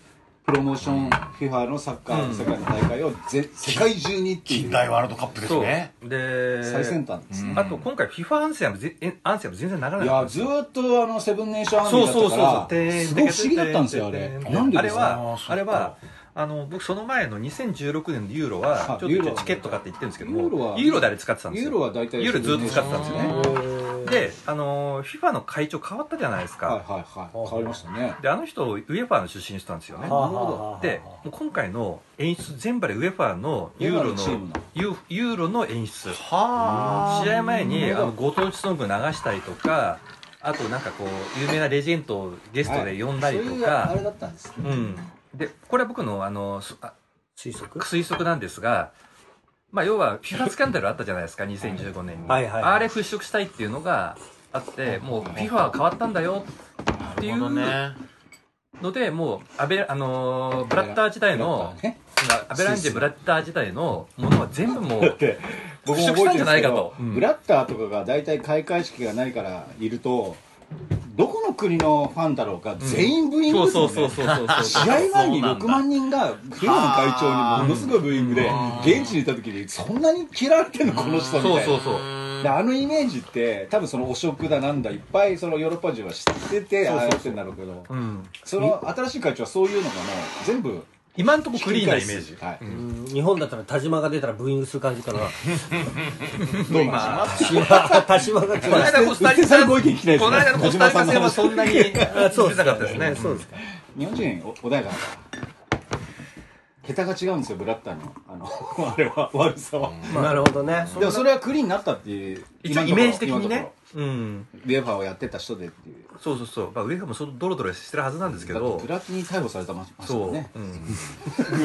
Speaker 3: プロモーション FIFA のサッカーの世界の大会をぜ世界中にっていう
Speaker 2: 近代ワールドカップです
Speaker 5: そう
Speaker 2: ね
Speaker 5: で
Speaker 3: 最先端ですね、
Speaker 5: あと今回 FIFA アンセムぜえアンセム全然流れなかっ
Speaker 3: い
Speaker 5: た
Speaker 3: や
Speaker 5: んです
Speaker 3: ず
Speaker 5: よ
Speaker 3: ーっとあのセブンネーションアーミ
Speaker 5: そうそう
Speaker 3: ーだった
Speaker 5: そう
Speaker 3: か
Speaker 5: そう
Speaker 3: らすごい不思議だったんですよあれなんで
Speaker 5: あ
Speaker 3: で
Speaker 5: れ
Speaker 3: すか
Speaker 5: は
Speaker 2: あー
Speaker 5: あれはあの僕その前の2016年のユーロは
Speaker 3: あ
Speaker 5: ちょっと
Speaker 3: ユーロ
Speaker 5: 一応チケット買って行ってるんですけども
Speaker 3: ユーロは
Speaker 5: ユーロであれ使ってたんですよ
Speaker 3: ユーロは大体
Speaker 5: ユーロずっと使ってたんですよね
Speaker 4: うん
Speaker 5: であの FIFA の会長変わったじゃないです
Speaker 3: はい
Speaker 5: か
Speaker 3: はいはい変わりましたね
Speaker 5: であの人ウェファーの出身の人なんですよね
Speaker 4: はあはあはあ
Speaker 5: でもう今回の演出全部でウェファーのユーロ
Speaker 3: ウェファーのチーム
Speaker 5: の
Speaker 3: の
Speaker 5: ユユーロの演出
Speaker 2: は
Speaker 5: 試合前に
Speaker 3: なるほ
Speaker 5: あ
Speaker 3: ど
Speaker 5: のご当地ソング流したりとかあとなんかこう有名なレジェンドをゲストで呼んだりと
Speaker 3: そういうあ
Speaker 5: か
Speaker 3: れだったんですね
Speaker 5: うんでこれは僕のあのそあ
Speaker 4: 推測
Speaker 5: 推測なんですがまあ要は FIFA スキャンダルあったじゃないですか2015年に
Speaker 4: はいはい
Speaker 5: あれ払拭したいっていうのがあってもう FIFA は変わったんだよ
Speaker 2: あ
Speaker 5: ってい
Speaker 2: な
Speaker 5: う
Speaker 2: るほどね
Speaker 5: のでもうアベあのーブラッター時代の
Speaker 3: ね
Speaker 5: アベランジェブラッター時代のものは全部 もう
Speaker 3: って僕も覚えてるんですけど、
Speaker 5: うん
Speaker 3: ブラッターとかが大体開会式がないからいるとどこの国のファンだろうか全員ブーイング
Speaker 5: そう
Speaker 3: です
Speaker 5: そ
Speaker 3: も
Speaker 5: うんそう
Speaker 3: ね
Speaker 5: そうそうそう
Speaker 3: 試合前に
Speaker 2: そうなんだ
Speaker 3: 6万人がフィラの会長にものすごいブーイングで現地にいた時にそんなに嫌われてんのこの人みたい
Speaker 5: そう
Speaker 3: な
Speaker 5: そうそう
Speaker 3: であのイメージって多分その汚職だなんだいっぱいそのヨーロッパ人は知っててああやってんだろうけど
Speaker 5: うん
Speaker 3: その新しい会長はそういうのがもう全部
Speaker 5: 今んとこクリーンなイメージ
Speaker 3: はい
Speaker 4: うん日本だったら田島が出たらブーイングする感じかな
Speaker 3: どうなんでしょう
Speaker 4: 田島が来
Speaker 5: この
Speaker 4: た
Speaker 5: 間コスタリカ
Speaker 3: さんご意見聞きたいですね
Speaker 5: この間のコスタリカ戦はそんなに出
Speaker 4: あそうです
Speaker 5: なかったですね。
Speaker 4: そうですか
Speaker 3: 日本人お穏やかだから桁が違うんですよブラッターのあのあれは悪さは、
Speaker 4: なるほどね
Speaker 3: でもそれはクリーンになったっていう
Speaker 5: 一応イ
Speaker 3: 今のところ
Speaker 5: メージ的に
Speaker 3: 今のと
Speaker 5: ね
Speaker 3: こ。
Speaker 5: うん。
Speaker 3: ろレバーをやってた人でっていう
Speaker 5: そうそうそう。まあ、ウェファも相当ドロドロしてるはずなんですけ
Speaker 3: だって
Speaker 5: ど
Speaker 3: プ。ラティに逮捕されたました
Speaker 5: そ
Speaker 3: も
Speaker 5: う。
Speaker 3: ん
Speaker 5: う
Speaker 3: ね
Speaker 5: ん。
Speaker 3: ウ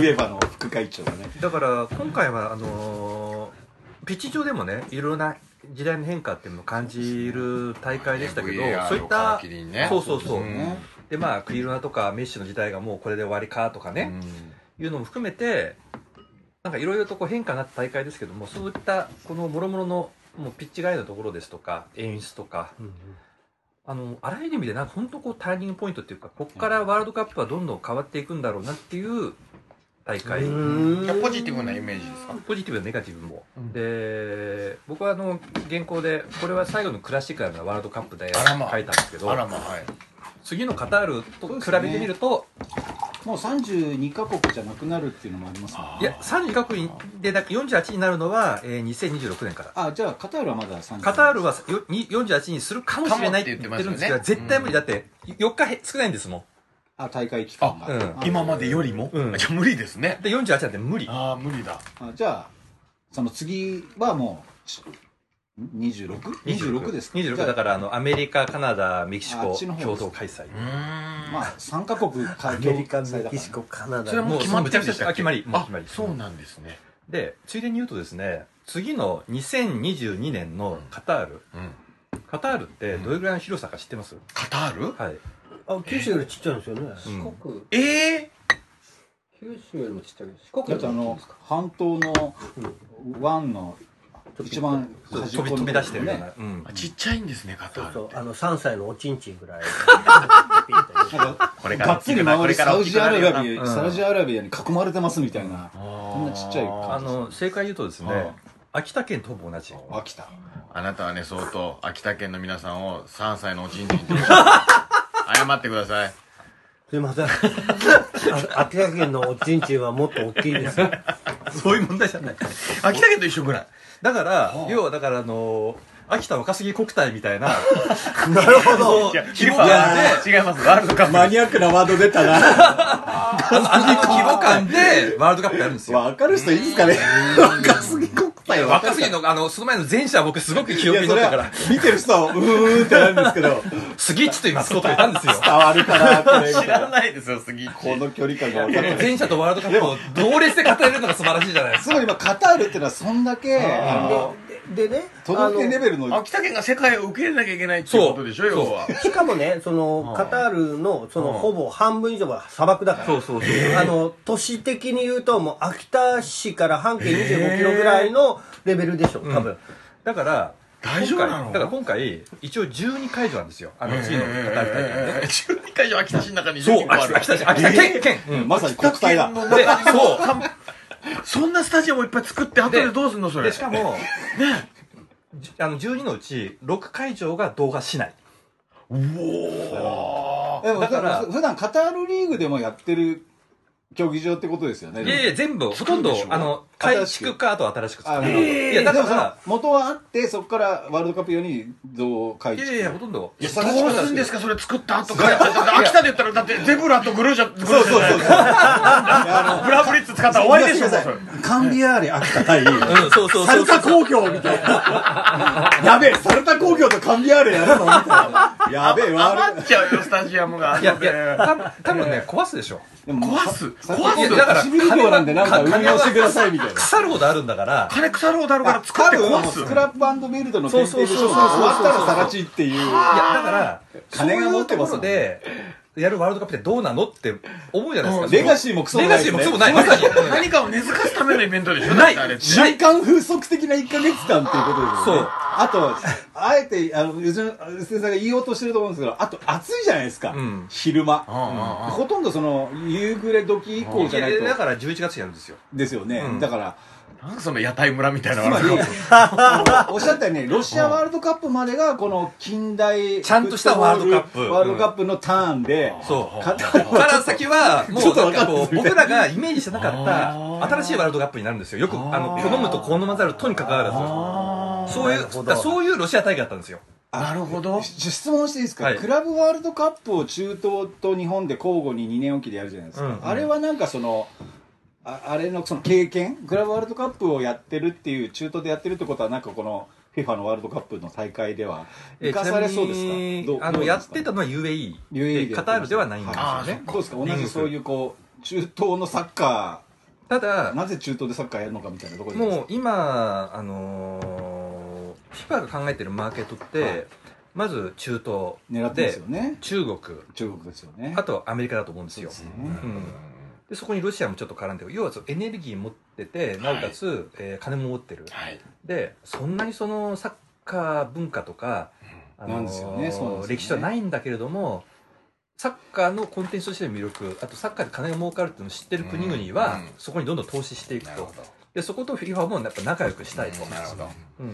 Speaker 3: ェバーの副会長がね
Speaker 5: だから、今回は、あのー、ピッチ上でもね、いろいろな時代の変化っていうのを感じる大会でしたけど、
Speaker 2: VR
Speaker 5: そういった
Speaker 2: を皮切りにね、
Speaker 5: そうそうそう。
Speaker 2: ん
Speaker 5: で、まあ、クリロナとかメッシの時代がもうこれで終わりかとかね、いうのも含めて、なんかいろいろとこう変化になった大会ですけども、そういったこの諸々のもうピッチ外のところですとか、演出とか、あの、あらゆる意味でなんか本当こうターニングポイントっていうか、ここからワールドカップはどんどん変わっていくんだろうなっていう大会。
Speaker 2: いやポジティブなイメージですか
Speaker 5: ポジティブやネガティブも、で僕はあの原稿でこれは最後のクラシカルなワールドカップで書
Speaker 2: あらま
Speaker 5: いたんですけど、
Speaker 2: あらまあはい
Speaker 5: 次のカタールと比べてみると、
Speaker 3: もう32カ国じゃなくなるっていうのもありますもんね
Speaker 5: いや32カ国でだ48になるのは、えー2026年から
Speaker 3: あじゃあカタールはまだ32
Speaker 5: カタールはよに48にするかもしれないって言ってるんですけど
Speaker 2: かもって言ってますよね
Speaker 5: 絶対無理だって4日へ少ないんですもん
Speaker 3: あ大会期間が
Speaker 5: うん
Speaker 3: あ
Speaker 2: 今までよりも、
Speaker 5: うん
Speaker 2: いや無理ですね
Speaker 5: で48なんて無理
Speaker 2: ああ無理だ
Speaker 3: あじゃあその次はもう 26?26 ですか
Speaker 5: 26だからあのアメリカカナダメキシ
Speaker 3: あ
Speaker 5: コ
Speaker 3: っちの方
Speaker 5: 共同開催
Speaker 2: うーん
Speaker 3: まあ3カ国か
Speaker 4: アメリカメキシコカナダ
Speaker 2: それはもう決まってるんでしたっけ
Speaker 5: あ決まりもう決まり
Speaker 2: あそうなんですね
Speaker 5: でついでに言うとですね次の2022年のカタール、
Speaker 2: うん
Speaker 5: カタールってどれぐらいの広さか知ってます、
Speaker 2: カタール
Speaker 5: はい
Speaker 4: あ九州よりちっちゃいんですよね
Speaker 5: うん
Speaker 7: 四国
Speaker 2: ええ
Speaker 7: 九州よりもちっちゃいけど四国より
Speaker 3: だってあ
Speaker 7: も
Speaker 3: の半島の湾の一番
Speaker 5: そう
Speaker 3: 端
Speaker 5: 飛
Speaker 3: っこ
Speaker 5: び
Speaker 3: の
Speaker 5: 飛び出してるよう
Speaker 3: ね
Speaker 5: な、うん
Speaker 2: ー、ちっちゃいんですねカタ
Speaker 4: そう
Speaker 2: ール
Speaker 4: そ
Speaker 2: っ
Speaker 4: う
Speaker 2: て
Speaker 4: あの3歳のおちんちんぐらい
Speaker 3: なんか
Speaker 2: これ
Speaker 3: がっつり周りサウジアラビア
Speaker 5: うん
Speaker 3: サウジアラビアに囲まれてますみたいなこんなちっちゃい
Speaker 5: あ
Speaker 3: 感じ
Speaker 5: の正解言うとですね、
Speaker 2: はい
Speaker 5: 秋田県とほぼ同じ
Speaker 3: 秋田
Speaker 2: あなたはね相当秋田県の皆さんを3歳のおちんちんって言 う謝ってください
Speaker 4: すいませんあ秋田県のおちんちんはもっと大きいですよ
Speaker 5: そういう問題じゃない
Speaker 2: 秋田県と一緒ぐらい
Speaker 5: だから、要はだからあのー秋田若杉国体みたいな、
Speaker 3: なるほど
Speaker 2: いや、規模感で、違います。ワールドカップ。
Speaker 3: マニアックなワード出たな
Speaker 5: あの規模感でワールドカップやるんですよ。
Speaker 3: わかる人いいですかね若すぎ国体は
Speaker 5: 若杉の、あの、その前の前者は僕すごく記
Speaker 3: い
Speaker 5: 憶
Speaker 3: や
Speaker 5: に
Speaker 3: そ
Speaker 5: 残った
Speaker 3: れ
Speaker 5: か
Speaker 3: は
Speaker 5: ら、
Speaker 3: 見てる人はうーんってなるんですけど
Speaker 5: 杉地というマスコットがいたんですよ。
Speaker 3: 伝わるかなこれ
Speaker 2: 知らないですよ、杉地。
Speaker 3: この距離感が分か って
Speaker 5: 前者とワールドカップを同列で語れるのが素晴らしいじゃないです
Speaker 3: すごい今カタールっていうのはそんだけあの
Speaker 4: ででね
Speaker 3: 都道府県レベルの
Speaker 2: 秋田県が世界を受け入れなきゃいけないっていうことでしょ、要は。
Speaker 4: しかもね、その、カタールの、その、ほぼ半分以上は砂漠だから。あの、都市的に言うと、もう、秋田市から半径25キロぐらいのレベルでしょ、多分。
Speaker 5: だから、
Speaker 2: 大丈夫なの
Speaker 5: 今回だから今回、一応12会場なんですよ。あの、次の大会ね。
Speaker 2: えー12会 場秋田市の中に
Speaker 5: そう
Speaker 2: 10、個あ
Speaker 5: 秋
Speaker 2: る
Speaker 5: 田。秋田市、秋田県、県。うん
Speaker 3: まさに国体だ
Speaker 2: の
Speaker 5: で、
Speaker 2: 中に
Speaker 5: そう。
Speaker 2: そんなスタジアムいっぱい作って、後でどうすんの、それ
Speaker 5: で、。しかも、ね、じあの、12のうち、6会場が動画しない。
Speaker 3: でも
Speaker 5: だから
Speaker 3: ふ普段カタールリーグでもやってる競技場ってことですよね
Speaker 5: いやいや、全部、ほとんど、あの、
Speaker 3: 新
Speaker 5: 改
Speaker 3: しく
Speaker 5: 築か、あと新しく作
Speaker 3: あ
Speaker 5: る。
Speaker 3: なるほど
Speaker 5: いや、だ
Speaker 3: で
Speaker 5: か
Speaker 3: もその
Speaker 5: ら、
Speaker 3: 元はあってそこからワールドカップ用に増改
Speaker 5: いやいや、ほとんど。
Speaker 2: どうすんですか、それ作った後から。だって秋田で言ったら、だってゼブラとグルージャ、グルージャじゃないブラブリッツ使ったら終わりでしょ、もうそれ
Speaker 3: カンビアーレ秋田対
Speaker 5: うん、そうそう
Speaker 3: サ
Speaker 5: そう
Speaker 3: ル
Speaker 5: そう。
Speaker 3: タ工業みたいなやべえサルタ工業とカンビアーレやるのみたいなやべえワール
Speaker 2: 余っちゃうよ、スタジアムが。
Speaker 5: いや、いや、た多分ね、壊すでしょ。
Speaker 3: ドでも
Speaker 2: 壊す
Speaker 3: さ
Speaker 2: 壊す
Speaker 5: いや
Speaker 3: さ
Speaker 5: だから
Speaker 3: シビル業なんでなんか運用してくださいみたいな
Speaker 5: 腐るほどあるんだから、
Speaker 2: 金腐ろうだろうから作っ
Speaker 3: 多
Speaker 2: て
Speaker 3: 分
Speaker 2: 壊
Speaker 3: ス
Speaker 2: す
Speaker 3: ク。ラップビルドの限定でしょ終
Speaker 5: そうそうそうそう
Speaker 3: わったらさらちっていう
Speaker 5: いや、だから、そう
Speaker 3: 金が
Speaker 5: い
Speaker 3: 持っ
Speaker 5: う
Speaker 3: て
Speaker 5: と
Speaker 3: ま
Speaker 5: こ
Speaker 3: すも
Speaker 5: ろ
Speaker 3: ん
Speaker 5: で、やるワールドカップってどうなのって思うじゃないですか。
Speaker 3: レガシーもクソも
Speaker 5: レ
Speaker 3: な
Speaker 5: ガ
Speaker 3: いで
Speaker 5: シ
Speaker 3: す
Speaker 5: ー
Speaker 3: ね
Speaker 5: もクソもない。まさに。
Speaker 2: 何かを根付かすためのイベントでしょ、
Speaker 5: ない
Speaker 2: だってあれって
Speaker 3: 瞬間風速的な1ヶ月間っていうことですよね。
Speaker 5: そう
Speaker 3: あと、あえて、あの、ゆず先生が言おうとしてると思うんですけど、あと暑いじゃないですか。
Speaker 5: うん
Speaker 3: 昼間。
Speaker 2: あ
Speaker 3: ほとんどその、夕暮れ時以降じゃない
Speaker 5: いやだ
Speaker 3: と、
Speaker 5: から11月にやるんですよ。
Speaker 3: ですよね。
Speaker 5: うん
Speaker 3: だ から、
Speaker 2: あなんかその屋台村みたいな
Speaker 3: つま
Speaker 2: 笑い
Speaker 3: り、
Speaker 2: 方
Speaker 3: おっしゃったように、ロシアワールドカップまでが、この近代、
Speaker 5: ちゃんとしたワールドカップ
Speaker 3: ワールドカップのターンで、
Speaker 5: そう。
Speaker 3: カ
Speaker 5: か
Speaker 3: タール
Speaker 5: ら先は、も
Speaker 3: ちょっ
Speaker 5: う
Speaker 3: と
Speaker 5: な
Speaker 3: わ
Speaker 5: ん
Speaker 3: か
Speaker 5: か
Speaker 3: んない
Speaker 5: こう、僕らがイメージしてなかった、新しいワールドカップになるんですよ。よく、あの、好むと好まざるとにかかわらず。そういう、だからそういうロシア大会だったんですよ。
Speaker 3: なるほど質問していいですか、
Speaker 5: はい
Speaker 3: クラブワールドカップを中東と日本で交互に2年おきでやるじゃないですか、
Speaker 5: うんうん
Speaker 3: あれはなんかそのああれのその経験クラブワールドカップをやってるっていう中東でやってるってことはなんかこの FIFA のワールドカップの大会では生かされそうですか、
Speaker 5: えーちなみに
Speaker 3: どう
Speaker 5: あ
Speaker 3: ど
Speaker 5: の、
Speaker 3: う
Speaker 5: や
Speaker 3: で
Speaker 5: っ
Speaker 3: すか
Speaker 5: てたのは UAE。
Speaker 3: UAE
Speaker 5: でカタールではないんです
Speaker 3: は
Speaker 5: よね。
Speaker 3: どうですか同
Speaker 5: リー
Speaker 3: じ
Speaker 5: グ
Speaker 3: そういうこう中東のサッカ
Speaker 5: た
Speaker 3: ー
Speaker 5: だ、
Speaker 3: なぜ中東でサッカーやるのかみたいなところです
Speaker 5: もう今、あのー、FIFA が考えてるマーケットって、まず中
Speaker 3: 狙っ
Speaker 5: 東
Speaker 3: てます
Speaker 5: で
Speaker 3: よ、ね
Speaker 5: 中国、
Speaker 3: 中国ですよね
Speaker 5: あとアメリカだと思うんですよ。
Speaker 3: そうですね
Speaker 5: うんでそこにロシアもちょっと絡んでる要はそのエネルギー持っててなおかつ、えー金も持ってる、
Speaker 2: はい
Speaker 5: でそんなにそのサッカー文化とか、あのー
Speaker 3: なんですよねそうなんですよね
Speaker 5: 歴史はないんだけれどもサッカーのコンテンツとしての魅力あとサッカーで金が儲かるっていうのを知ってる国々は、そこにどんどん投資していくとでそこと FIFA もやっぱ仲良くしたいと、うん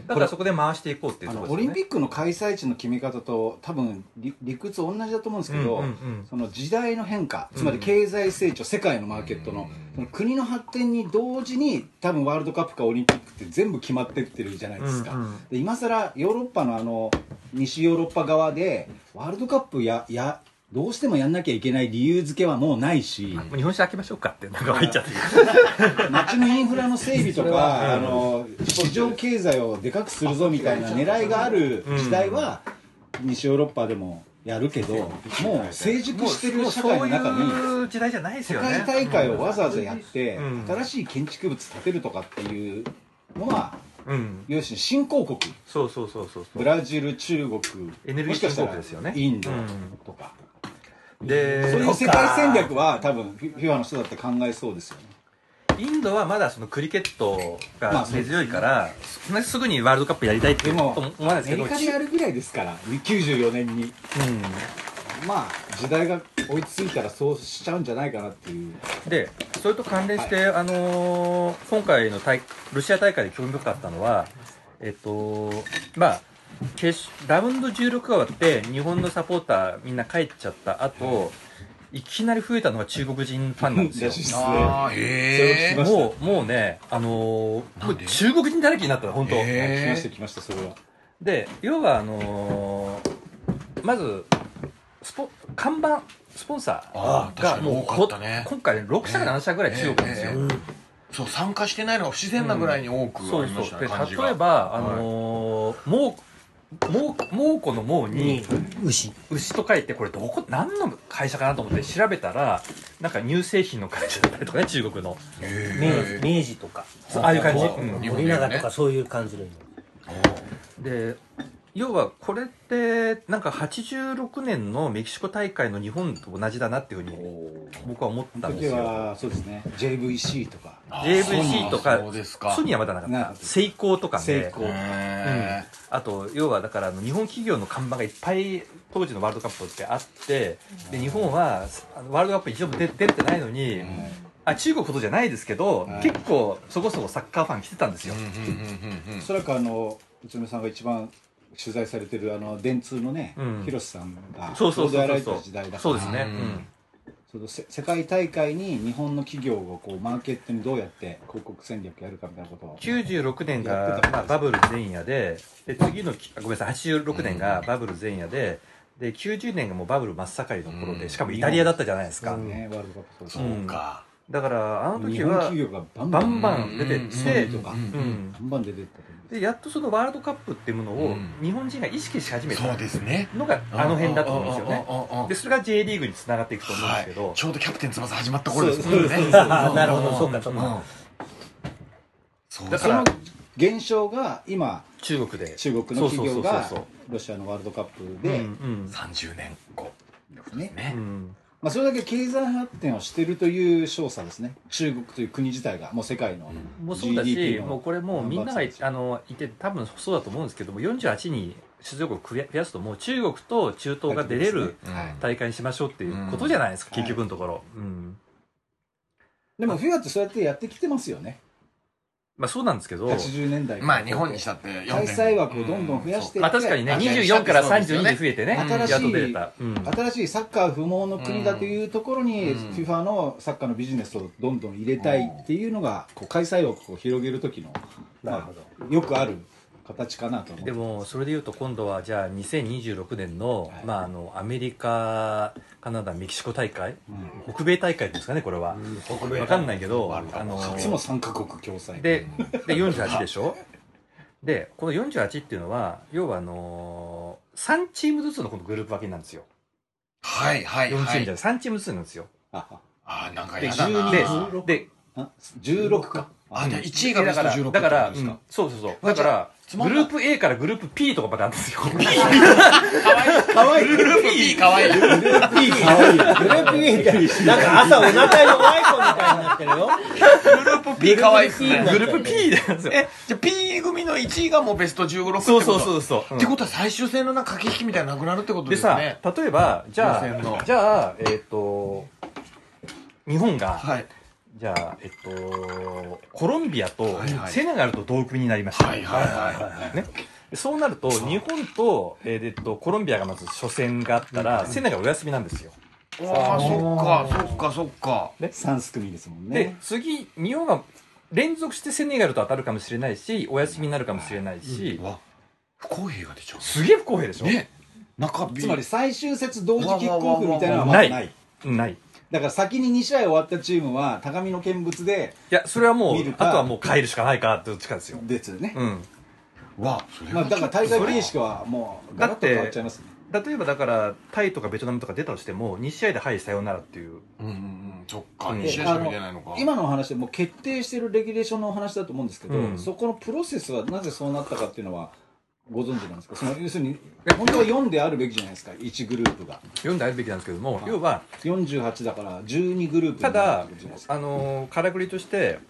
Speaker 5: だからそこで回していこうっていう
Speaker 3: あ
Speaker 5: とこ
Speaker 3: の
Speaker 5: ろ
Speaker 3: オ
Speaker 5: です
Speaker 3: リ
Speaker 5: よ
Speaker 3: ンピ
Speaker 5: ね
Speaker 3: ックの開催地の決め方と多分理理屈同じだと思うんですけど、
Speaker 5: うんうんうん
Speaker 3: その時代の変化つまり経済成長、世界のマーケットの,、その国の発展に同時に多分ワールドカップかオリンピックって全部決まってってるじゃないですか、
Speaker 5: うんうん
Speaker 3: で今更ヨーロッパのあの西ヨーロッパ側でワールドカップややどうしてもやんなきゃいけない理由付けはもうないし、
Speaker 5: もう日本酒開けましょうかってなんか入っちゃってる
Speaker 3: 街のインフラの整備とか、あの市場経済をでかくするぞみたいな狙いがある時代は、西ヨーロッパでもやるけど、もう成熟してる社会の中に
Speaker 5: もう、そういう時代じゃないです
Speaker 3: 世
Speaker 5: よね
Speaker 3: 界大会をわざわざやって
Speaker 5: う、ん
Speaker 3: 新しい建築物建てるとかっていうのは、
Speaker 5: うん
Speaker 3: 要するに新興国、
Speaker 5: そうそうそうそうそう
Speaker 3: ブラジル、中
Speaker 5: エ
Speaker 3: 国、
Speaker 5: ネルギー
Speaker 3: もしかした
Speaker 5: 新興
Speaker 3: ら
Speaker 5: 国ですよね
Speaker 3: インド
Speaker 5: うん
Speaker 3: とか、そう
Speaker 5: で
Speaker 3: いう世界戦略は、多分フィフィファの人だって考えそうですよね。
Speaker 5: インドはまだそのクリケット
Speaker 3: まあ
Speaker 5: が
Speaker 3: そう
Speaker 5: 根強いから、そんなすぐにワールドカップやりたいって
Speaker 3: でも
Speaker 5: 思わないですけど
Speaker 3: アメリカでやるぐらいですから94年にまあ時代が追いついたらそうしちゃうんじゃないかなっていう
Speaker 5: でそれと関連して、あのー今回の大ロシア大会で興味深かったのはえっとまあ決勝ラウンド16が終わって日本のサポーターみんな帰っちゃった後、いきなり増えたのが中国人ファンな んですよ
Speaker 3: らしいですね
Speaker 2: あー
Speaker 3: え
Speaker 2: へ
Speaker 3: ー
Speaker 2: え。
Speaker 5: もうもうねあのーもう中国人だらけになったの本当
Speaker 2: え
Speaker 3: 来ました来ましたそれは
Speaker 5: で要はあのーまずスポ看板スポンサ
Speaker 2: あ
Speaker 5: ー
Speaker 2: あ確
Speaker 5: が
Speaker 2: かに
Speaker 5: もう
Speaker 2: 多
Speaker 5: こ
Speaker 2: かったね
Speaker 5: 今回6社から7社ぐらい中国ですよ、
Speaker 2: えええそう参加してないのが不自然なぐらいに多くあ
Speaker 5: そう
Speaker 2: りまし
Speaker 5: そ
Speaker 2: た
Speaker 5: う
Speaker 2: ね
Speaker 5: で
Speaker 2: 感じが
Speaker 5: 例えばあのーもうもうもうこのもうに
Speaker 4: 牛
Speaker 5: 牛と書いてこれどこ何の会社かなと思って調べたらなんか乳製品の会社だったりとかね中国の
Speaker 4: 明治明治とか
Speaker 5: そうああいう感じ、
Speaker 2: そう
Speaker 5: うん
Speaker 2: 日本
Speaker 4: 森永とかそういう感じの
Speaker 5: で要はこれってなんか86年のメキシコ大会の日本と同じだなっていうふうに僕は思ったんで
Speaker 3: 時
Speaker 5: すよ
Speaker 3: はそうですね JVC とか
Speaker 5: JVC とか
Speaker 2: そうですか
Speaker 5: ソニーはまだなか
Speaker 3: な
Speaker 5: っ
Speaker 3: かった
Speaker 5: たセイコーとかね
Speaker 3: 成功
Speaker 2: へ
Speaker 5: あと要はだからあの日本企業の看板がいっぱい当時のワールドカップってあってで日本はあのワールドカップ一度も出出れてないのに、あ中国ほどじゃないですけど、
Speaker 3: はい
Speaker 5: 結構そこそこサッカーファン来てたんですよ、
Speaker 2: ーうんうんうんうんうん
Speaker 3: おそらくあの宇都宮さんが一番取材されてるあの電通のね、
Speaker 5: うん
Speaker 3: 広瀬さんが
Speaker 5: そうそう
Speaker 3: ちょ
Speaker 5: そう
Speaker 3: どやら
Speaker 5: そう
Speaker 3: れてた時代だから
Speaker 5: そうですね、
Speaker 2: うん
Speaker 3: そのせ世界大会に日本の企業をこうマーケットにどうやって広告戦略やるかみたいなことを
Speaker 5: 96年
Speaker 3: やっ
Speaker 5: が
Speaker 3: て、た
Speaker 5: まあ、バブル前夜でで次のきあごめんなさい86年がバブル前夜でで90年がもうバブル真っ盛りの頃で、
Speaker 2: うん
Speaker 5: しかもイタリアだったじゃないですか、
Speaker 3: ねワールドカップ
Speaker 2: そ
Speaker 3: そう
Speaker 2: うか
Speaker 5: だからあの
Speaker 3: 日
Speaker 5: 時
Speaker 3: 本
Speaker 5: は
Speaker 3: 企業がバンバ
Speaker 5: バ
Speaker 3: ン
Speaker 5: ンバン出て
Speaker 2: うん
Speaker 5: っ
Speaker 3: ソニ
Speaker 5: て、
Speaker 3: ーとか、
Speaker 2: うん
Speaker 5: うん
Speaker 3: バンバン出てったと思う
Speaker 5: でやっとそのワールドカップっていうもの
Speaker 2: う
Speaker 5: を
Speaker 2: ん
Speaker 5: 日本人が意識し始め
Speaker 2: そう
Speaker 5: た
Speaker 2: ですね
Speaker 5: のがあの辺だと思うんですよね
Speaker 2: ああああああ
Speaker 5: でそれが J リーグにつながっていくと思うんですけど、
Speaker 2: はいちょうど「キャプテン翼」始まった頃ですもんね
Speaker 4: あなるほどそうかそうか
Speaker 2: そう
Speaker 5: だ
Speaker 2: だか
Speaker 5: か
Speaker 2: らら
Speaker 3: 現象が今
Speaker 5: 中国で
Speaker 3: 中国の企業が
Speaker 5: そうそうそう
Speaker 3: ロシアのワールドカップ
Speaker 5: そうう
Speaker 3: で、
Speaker 5: ん
Speaker 2: 30年後
Speaker 3: ね
Speaker 5: う
Speaker 2: ね
Speaker 5: ん
Speaker 3: まあ、それだけ経済発展をしてるという証左ですね中国という国自体がもう世界の
Speaker 5: もうそうだし
Speaker 3: GDP の
Speaker 5: もうこれもうみんなが
Speaker 3: ナンバーツーですよ
Speaker 5: あのいて多分そうだと思うんですけども48に出場国増や増やすともう中国と中東が出れる
Speaker 3: はい
Speaker 5: 大会にしましょうっていうことじゃないですか、結局のところ、うん
Speaker 3: でもフィアってそうやってやってきてますよね
Speaker 5: まあそうなんですけど
Speaker 3: 80年代
Speaker 2: まあ日本にしたって
Speaker 3: 開催枠をどんどん増やしていって、
Speaker 5: まあ確かにね
Speaker 2: あ
Speaker 5: 24から
Speaker 2: そうですよ
Speaker 5: 32
Speaker 2: ね
Speaker 5: に増えてね
Speaker 3: 新しい
Speaker 5: やっと出れた、うん
Speaker 3: 新しいサッカー不毛の国だというところに、
Speaker 2: うん
Speaker 3: FIFA のサッカーのビジネスをどんどん入れたいっていうのが、こう開催枠を広げる時の、
Speaker 4: なる
Speaker 3: ま
Speaker 4: ほど
Speaker 3: あ、よくある形かなと思う
Speaker 5: でもそれでいうと今度はじゃあ2026年の,、まああのアメリカカナダメキシコ大会、北米大会ですかねこれは、
Speaker 2: 北
Speaker 5: わかんないけどあの
Speaker 3: 初の3カ国共催
Speaker 5: でで48でしょでこの48っていうのは要はあのー、3チームずつのこのグループ分けなんですよ
Speaker 2: はいはい
Speaker 5: 4チ
Speaker 2: は
Speaker 5: ームじゃないい3チームずつなんですよ
Speaker 3: あ
Speaker 2: あーなんか
Speaker 5: で
Speaker 2: やだな
Speaker 5: でで
Speaker 3: あ16か
Speaker 2: あじゃあ1位がベ
Speaker 5: だ
Speaker 2: ス
Speaker 5: か
Speaker 2: ト
Speaker 5: ら
Speaker 2: 16
Speaker 5: だから、
Speaker 2: ってことです
Speaker 5: うんそうそうそうだから
Speaker 2: つま
Speaker 5: グ
Speaker 2: んない
Speaker 5: ループ A からグループ P とかまであるんです よ
Speaker 2: かわいいかわいいグループ P かわいい
Speaker 3: グループ E かわいいグループ E みたい
Speaker 4: なんか朝お腹のワイコみたいになってるよ
Speaker 2: P かわいいっすね
Speaker 5: グループ P なんですよ
Speaker 2: えじゃあ P 組の1位がもうベスト16ってこと
Speaker 5: そうそうそうそう、うん
Speaker 2: ってことは最終戦のなんか駆け引きみたいなのなくなるってこと
Speaker 5: で
Speaker 2: です
Speaker 5: さ、
Speaker 2: ね
Speaker 5: 例えば、じゃ
Speaker 2: 予選の
Speaker 5: あ、じゃあ、えっ、と、日本が、
Speaker 2: はい
Speaker 5: じゃあ、えっ、と、コロンビアと
Speaker 2: はいはい
Speaker 5: セネガルと同組になりました。
Speaker 2: はいはいは
Speaker 5: ね、でそうなると、日本と、えーえっ、と、コロンビアがまず初戦があったら、セネガルお休みなんですよ。
Speaker 2: いああそっかそっかそっか
Speaker 3: 3組ですもん
Speaker 5: で
Speaker 3: ね、
Speaker 5: 次、日本が連続してセネガルと当たるかもしれないし、お休みになるかもしれないし、
Speaker 2: うわ不公平が出ちゃ
Speaker 5: すげえ不公平でし
Speaker 2: う
Speaker 5: ょ、
Speaker 2: ね中日
Speaker 3: つまり最終節同時キックオフみたいなのはまだ
Speaker 5: な
Speaker 3: ないい
Speaker 5: ない。い
Speaker 3: だから先に2試合終わったチームは高みの見物で
Speaker 5: や、それはもう
Speaker 3: 見る、か
Speaker 5: あとはもう帰るしかないか、どっちかですよ。
Speaker 3: ですよね、
Speaker 5: うん。
Speaker 2: わそれ
Speaker 3: まあ、
Speaker 2: は
Speaker 3: だから大会形式はもうガラッと変わっちゃいますね
Speaker 5: 例えばだからタイとかベトナムとか出たとしても2試合で「はいさようなら」っていう
Speaker 2: うんうんうんそっか
Speaker 5: うん
Speaker 2: 2試合し
Speaker 3: あ
Speaker 2: か見
Speaker 3: の
Speaker 2: てないのか
Speaker 3: 今のお話でもう決定してるレギュレーションのお話だと思うんですけど、
Speaker 5: うん
Speaker 3: そこのプロセスはなぜそうなったかっていうのはご存知なんですかその要するに本当は4であるべきじゃないですか1グループが
Speaker 5: 読んであるべきなんですけども要は
Speaker 3: 48だから12グループに
Speaker 5: た
Speaker 3: な
Speaker 5: だ
Speaker 3: ってるじゃないですか
Speaker 5: あのーからくりとして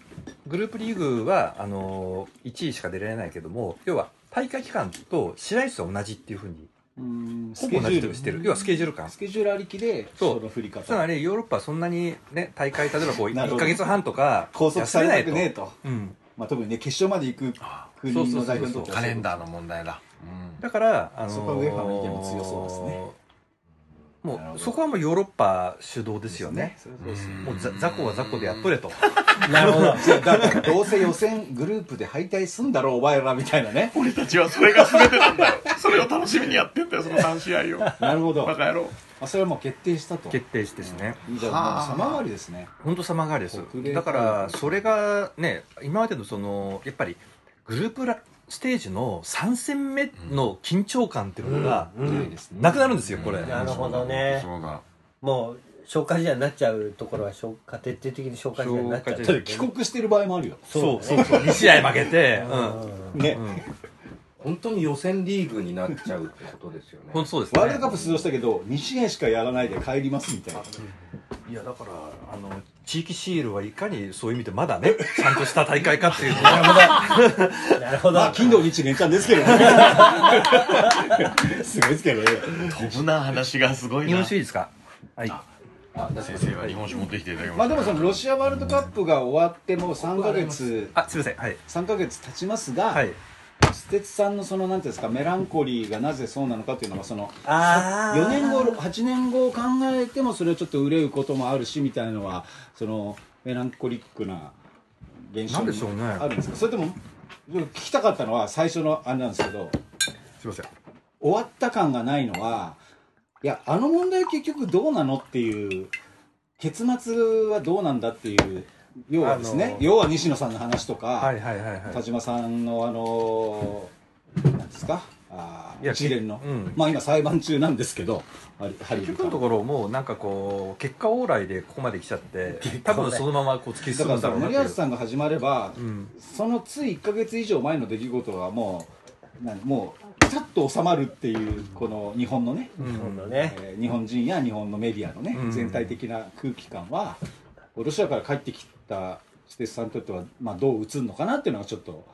Speaker 5: グループリーグはあのー1位しか出られないけども要は大会期間と試合数は同じっていうふうに
Speaker 3: うん
Speaker 5: ほ
Speaker 3: スケ
Speaker 5: ぼ
Speaker 3: ジ
Speaker 5: 同
Speaker 3: ュ
Speaker 5: じ
Speaker 3: ー
Speaker 5: と
Speaker 3: ル
Speaker 5: してる要はスケジュール感
Speaker 3: スケジュールありきで
Speaker 5: そう
Speaker 3: その振り
Speaker 5: つ
Speaker 3: 方
Speaker 5: まりヨーロッパはそんなにね大会例えばこう
Speaker 3: なるほ
Speaker 5: 1か
Speaker 3: ど
Speaker 5: 月半とか
Speaker 3: 拘束さ
Speaker 5: 休
Speaker 3: れ
Speaker 5: めな
Speaker 3: た
Speaker 5: い
Speaker 3: くねえと、
Speaker 5: うん
Speaker 3: まあ、特にね決勝まで行く国の代表にとっては
Speaker 2: カレンダーの問題だうん
Speaker 5: だから、あの
Speaker 3: そこはウェファーの意見も強そうですね
Speaker 5: もうそこはもうヨーロッパ主導ですよねもうザザコはザコでやっとれと
Speaker 4: なるほど。
Speaker 3: だからどうせ予選グループで敗退すんだろうお前らみたい なね
Speaker 8: 俺たちはそれが全てなんだよそれを楽しみにやってんだよその3試合を
Speaker 3: なるほど
Speaker 8: バカ野郎
Speaker 3: あそれはもう決定した と
Speaker 5: 決定してですね
Speaker 3: いいじゃんもう様変わりですね
Speaker 5: 本当様変わりです
Speaker 3: 国連
Speaker 5: だからそれがね今までのそのやっぱりグループラステージの3戦目の緊張感っていうのが
Speaker 3: ないですね
Speaker 5: なくなるんですよこれ、
Speaker 4: なるほどね。
Speaker 2: そうだ
Speaker 4: もう、消化試合になっちゃうところは消化、徹底的に消化試合になっちゃう。
Speaker 3: ただ帰国してる場合もあるよ
Speaker 5: そうそうそう2試合負けて、うん
Speaker 3: ね
Speaker 7: 本当に予選リーグになっちゃうってことですよね。
Speaker 5: 本当そうですね
Speaker 3: ワールドカップ出場したけど2試合しかやらないで帰りますみたいない
Speaker 5: やだからあの地域シールはいかにそういう意味でまだ ねちゃんとした大会かっていうのは
Speaker 4: なるほど。
Speaker 3: まあ金土日連チャンですけどねすごいですけどね
Speaker 8: 飛ぶな話がすごい
Speaker 5: 日
Speaker 8: な
Speaker 5: 本シ
Speaker 8: 先
Speaker 5: リーズかはい
Speaker 8: 生は日本酒持ってきていただき
Speaker 3: ま
Speaker 8: まし
Speaker 3: あで
Speaker 8: た
Speaker 3: もそのロシアワールドカップが終わってもう3ヶ月
Speaker 5: あすいませんはい
Speaker 3: 3ヶ月経ちますが、
Speaker 5: はい
Speaker 3: ステツさんのそのなんていうんですかメランコリーがなぜそうなのかというのがその
Speaker 4: あー
Speaker 3: 4年後8年後を考えてもそれをちょっと憂うこともあるしみたいなのはそのメランコリックな現象
Speaker 5: なんでしょうね
Speaker 3: にあるんですかそれとも聞きたかったのは最初のあれなんですけど
Speaker 5: すいません
Speaker 3: 終わった感がないのはいやあの問題結局どうなのっていう結末はどうなんだっていう要はですね、
Speaker 4: あの
Speaker 3: 要は西野さんの話とか、
Speaker 5: はいはいはいはい
Speaker 3: 田島さんのあのなんですかあ
Speaker 5: いや
Speaker 3: 一連の、
Speaker 5: うん
Speaker 3: まあ今裁判中なんですけどハリハリ
Speaker 5: 結
Speaker 3: ル
Speaker 5: 局のと
Speaker 3: か
Speaker 5: ころもうなんかこう結果往来でここまで来ちゃって多分そのままこう突き
Speaker 3: だ
Speaker 5: 進
Speaker 3: か
Speaker 5: む
Speaker 3: ら
Speaker 5: んだ
Speaker 3: さ
Speaker 5: ろうなって
Speaker 3: 森
Speaker 5: い
Speaker 3: 保
Speaker 5: う
Speaker 3: さんが始まれば、
Speaker 5: ん
Speaker 3: そのつい1か月以上前の出来事はもうなんもうピタッと収まるっていうこの日本のね、
Speaker 4: なるほどね。
Speaker 3: えー日本人や日本のメディアのね、
Speaker 5: うん
Speaker 3: 全体的な空気感はロシアから帰ってきたステスさんにとっては、まあ、どう映るのかなっていうのがちょっと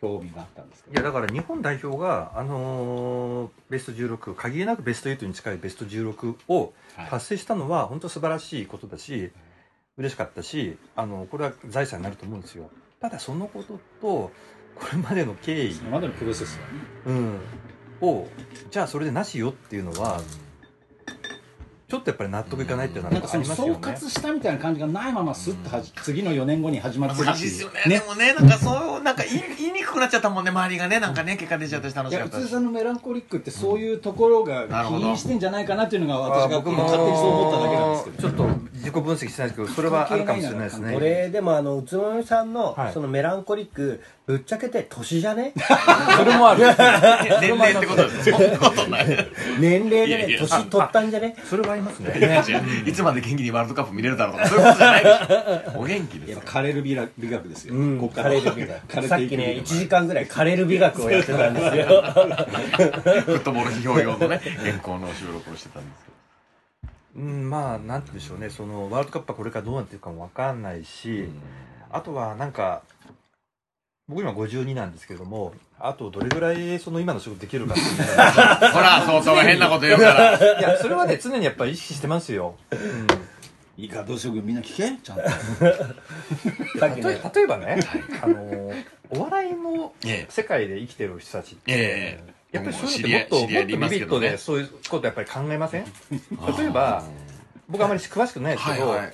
Speaker 3: 興味があったんですけ
Speaker 5: い
Speaker 3: ど
Speaker 5: やだから日本代表が、あのーベスト16限りなくベスト8に近いベスト16を
Speaker 3: はい
Speaker 5: 達成したのは本当素晴らしいことだし、嬉しかったしあのこれは財産になると思うんですよただそのこととこれまでの経緯
Speaker 3: そ、れまでのプロセスはね
Speaker 5: うん、をじゃあそれでなしよっていうのはちょっとやっぱり納得いかないっていうのは
Speaker 3: な
Speaker 5: やっ
Speaker 3: んか
Speaker 5: ぱあ
Speaker 3: その
Speaker 5: りますよね
Speaker 3: 総括したみたいな感じがないままスッとはじ次の4年後に始まってる
Speaker 8: 難しいですよねでもねなんかそうなんか言い言いにくくなっちゃったもんね周りがねなんかね結果出ちゃったし楽
Speaker 3: い
Speaker 8: しか
Speaker 3: や
Speaker 8: っ
Speaker 3: 宇
Speaker 8: た
Speaker 3: 津井
Speaker 8: し
Speaker 3: さんのメランコリックってそういうところが
Speaker 8: なる
Speaker 3: 起
Speaker 8: ほど
Speaker 3: 因してんじゃないかなっていうのが
Speaker 5: あ
Speaker 3: 私が
Speaker 5: 僕も
Speaker 3: 勝手にそう思っただけなんですけど
Speaker 5: ちょっと自己分析してないですけどそれはあるかもしれないですね
Speaker 4: 俺でもあの宇都宮さんの
Speaker 5: はい
Speaker 4: そのメランコリックぶっちゃけて年じゃね
Speaker 5: それもある
Speaker 8: 年齢ってことですそんなことない
Speaker 4: 年齢で
Speaker 8: いやい
Speaker 4: ね
Speaker 8: や
Speaker 4: 年取ったんじゃね
Speaker 5: それはありますね
Speaker 8: 違ういつまで元気にワールドカップ見れるだろうとかそういうことじゃないでしょお元気です
Speaker 3: やっ
Speaker 8: よ
Speaker 3: ぱ枯れる美学美学ですよ、
Speaker 4: うん
Speaker 3: こっか
Speaker 4: 枯
Speaker 3: ら
Speaker 4: れる美
Speaker 3: 枯れ
Speaker 4: 学
Speaker 3: て
Speaker 4: さっ
Speaker 3: いく
Speaker 4: き
Speaker 3: 美
Speaker 4: ね
Speaker 3: 学
Speaker 4: 1時間ぐらい枯れる美学をやってたんですよ
Speaker 8: フットボール批評用のね原稿の収録をしてたんですけど
Speaker 5: うん、まあ、なんて言うんでしょうね、そのワールドカップはこれからどうなっていくかもわかんないし、あとはなんか、僕今52なんですけども、あとどれぐらいその今の仕事できるかっていう のが
Speaker 8: ほらそうそう変なこと言うから
Speaker 5: いや、それはね、常にやっぱり意識してますよ。うん
Speaker 3: いいかどうしようみんな聞けちゃんと
Speaker 4: さっき
Speaker 5: 例え
Speaker 4: ね
Speaker 5: 例えばね、あの、お笑いの
Speaker 8: ええ
Speaker 5: 世界で生きてる人たちって、
Speaker 8: ええ
Speaker 5: やっぱりそう
Speaker 8: 知
Speaker 5: い
Speaker 8: り合いう
Speaker 5: のってもっ
Speaker 8: 知
Speaker 5: と、
Speaker 8: り合いい
Speaker 5: も
Speaker 8: ま
Speaker 5: っと
Speaker 8: す
Speaker 5: ビ
Speaker 8: け
Speaker 5: ビッ
Speaker 8: ど
Speaker 5: と
Speaker 8: ね
Speaker 5: ね、そういうことやっぱり考えません例えば、僕あまり詳しくないですけど、
Speaker 8: はいはい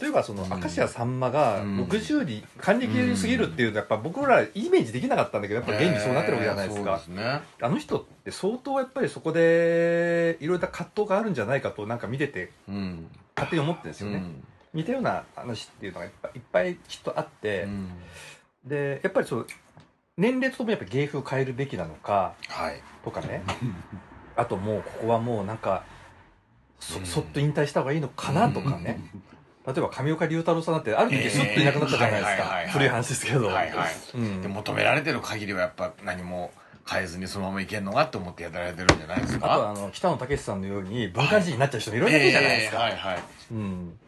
Speaker 5: 例えばその明石家さんまが
Speaker 8: うん
Speaker 5: 60に還暦すぎるっていうのはやっぱ僕らイメージできなかったんだけどやっぱ現にそうなってるわけじゃないです
Speaker 8: えー
Speaker 5: か
Speaker 8: そ、うですね
Speaker 5: あの人って相当やっぱりそこでいろいろな葛藤があるんじゃないかとなんか見てて
Speaker 8: うん
Speaker 5: 勝手に思ってるんです
Speaker 8: う
Speaker 5: よね、
Speaker 8: ん
Speaker 5: 似たような話っていうのがいっぱいいっぱいきっとあって、
Speaker 8: うん
Speaker 5: でやっぱりそう年齢とともにやっぱ芸風を変えるべきなのか
Speaker 8: はい
Speaker 5: とかねあともうここはもうなんかそ,、そっと引退した方がいいのかなとかね例えば上岡龍太郎さんだってある時スッといなくなったじゃない
Speaker 8: えー
Speaker 5: です
Speaker 8: はいはい
Speaker 5: か
Speaker 8: はいはい
Speaker 5: 古い話ですけど、
Speaker 8: はいはい
Speaker 5: うん
Speaker 8: で求められてる限りはやっぱ何も変えずにそのままいけんのかって思ってやられてるんじゃないです
Speaker 5: あとは
Speaker 8: か
Speaker 5: あの北野武さんのように文化人になっちゃう人もいろいろいるじゃないですか、
Speaker 8: ええはいはい
Speaker 5: うん、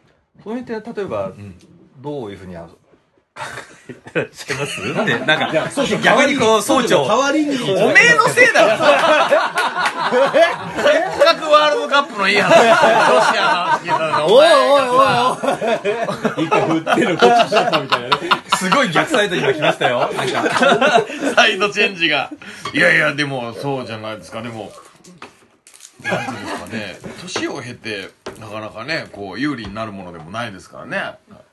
Speaker 5: そういう点例えば、どういうふうにあの考えてらっしゃい ますってなんか逆にこう総長
Speaker 3: 代わりに
Speaker 8: おめえのせいだろせっかくワールドカップのいい 話ロシアの話聞いたのにお前がさ
Speaker 3: 一回振ってるのこっち来ちゃったみたいなね
Speaker 5: すごい逆サイドに今来ましたよなんか
Speaker 8: サイドチェンジがいやいやでもそうじゃないですかでもなんていうんですかね年を経てなかなかねこう有利になるものでもないですからね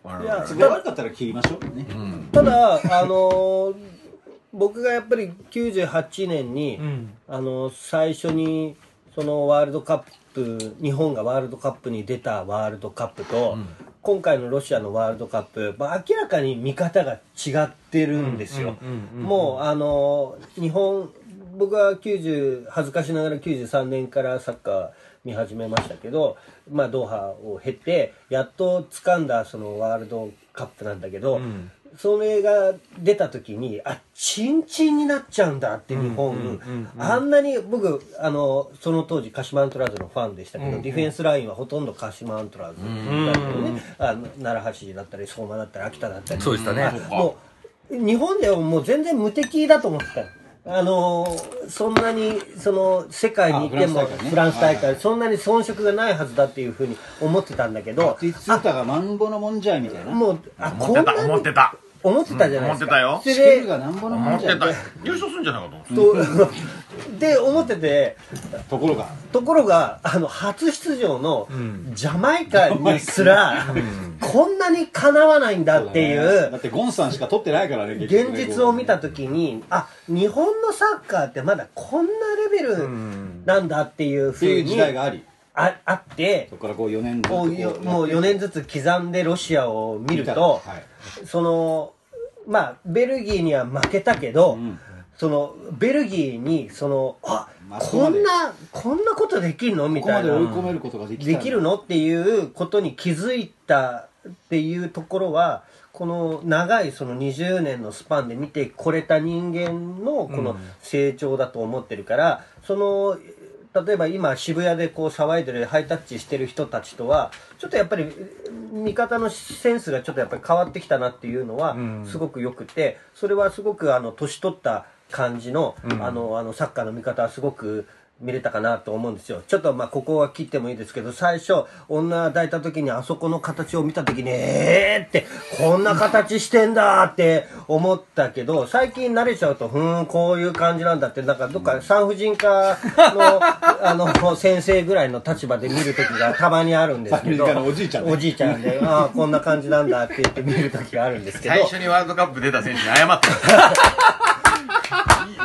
Speaker 8: 我々
Speaker 4: いや
Speaker 3: 都合悪かったら切りましょうね。
Speaker 4: ただ、あのー僕がやっぱり98年に、あのー最初にそのワールドカップ日本がワールドカップに出たワールドカップと、今回のロシアのワールドカップ、まあ、明らかに見方が違ってるんですよ。もう、あのー日本僕は90恥ずかしながら93年からサッカー見始めましたけど、まあ、ドーハを経てやっと掴んだそのワールドカップなんだけど、それが出た時にあチンチンになっちゃうんだって日本、あんなに僕あのその当時鹿島アントラーズのファンでしたけど、ディフェンスラインはほとんど鹿島アントラーズだったよね、あの奈良橋だったり相馬だったり秋田だったり
Speaker 5: そうでしたね
Speaker 4: もう日本ではもう全然無敵だと思ってたあのーそんなにその世界に行っても
Speaker 3: あフランス大会ね
Speaker 4: フランス大会そんなに遜色がないはずだっていうふうに思ってたんだけど
Speaker 3: で、ツータがマンボのもんじゃいみたいな。
Speaker 4: もうあ
Speaker 8: 思ってた
Speaker 4: こんなに
Speaker 8: 思ってた
Speaker 4: 思ってたじゃない
Speaker 8: 思
Speaker 4: で
Speaker 8: って
Speaker 4: すか
Speaker 8: たよ
Speaker 4: で
Speaker 3: スケールがなんぼのも
Speaker 8: 思
Speaker 3: ん
Speaker 8: っ
Speaker 3: じゃ
Speaker 8: て
Speaker 3: い
Speaker 8: た優勝するんじゃないかと思って
Speaker 4: と で思ってて
Speaker 3: ところが、
Speaker 4: ところがあの初出場のジャマイカにすら、こんなにかなわないんだってい
Speaker 3: だ
Speaker 4: う
Speaker 3: ってゴンさんしか撮ってないからね、結局
Speaker 4: 現
Speaker 3: ね
Speaker 4: 実を見た時にあ日本のサッカーってまだこんなレベルなんだっていう
Speaker 3: って
Speaker 4: ふ
Speaker 3: いうう時
Speaker 4: に
Speaker 3: 代があり、
Speaker 4: ああって
Speaker 3: そこからこう4年ずつ
Speaker 4: こうよもう4年ずつ刻んでロシアを見ると、
Speaker 3: はい
Speaker 4: そのまあベルギーには負けたけど、
Speaker 3: ん
Speaker 4: そのベルギーにそのあ
Speaker 3: まあそこ
Speaker 4: こ
Speaker 3: まで
Speaker 4: んなこんなことできるのみ
Speaker 3: ここ
Speaker 4: たい
Speaker 3: まで
Speaker 4: な
Speaker 3: 追い込めることができた
Speaker 4: できるのっていうことに気づいたっていうところはこの長いその20年のスパンで見てこれた人間のこの成長だと思ってるから、その例えば今渋谷でこう騒いでるハイタッチしてる人たちとはちょっとやっぱり見方のセンスがちょっとやっぱり変わってきたなっていうのはすごくよくてそれはすごくあの年取った感じの,、あのあのサッカーの見方はすごく見れたかなと思うんですよちょっとまあここは切ってもいいですけど最初女抱いた時にあそこの形を見た時にえーってこんな形してんだって思ったけど最近慣れちゃうとふーんこういう感じなんだってなんかどっか産婦人科 のあの先生ぐらいの立場で見る時がたまにあるんですけど
Speaker 3: 産婦人科のおじいちゃんね
Speaker 4: おじいちゃんでああこんな感じなんだって言って見る時があるんですけど
Speaker 8: 最初にワールドカップ出た選手に謝った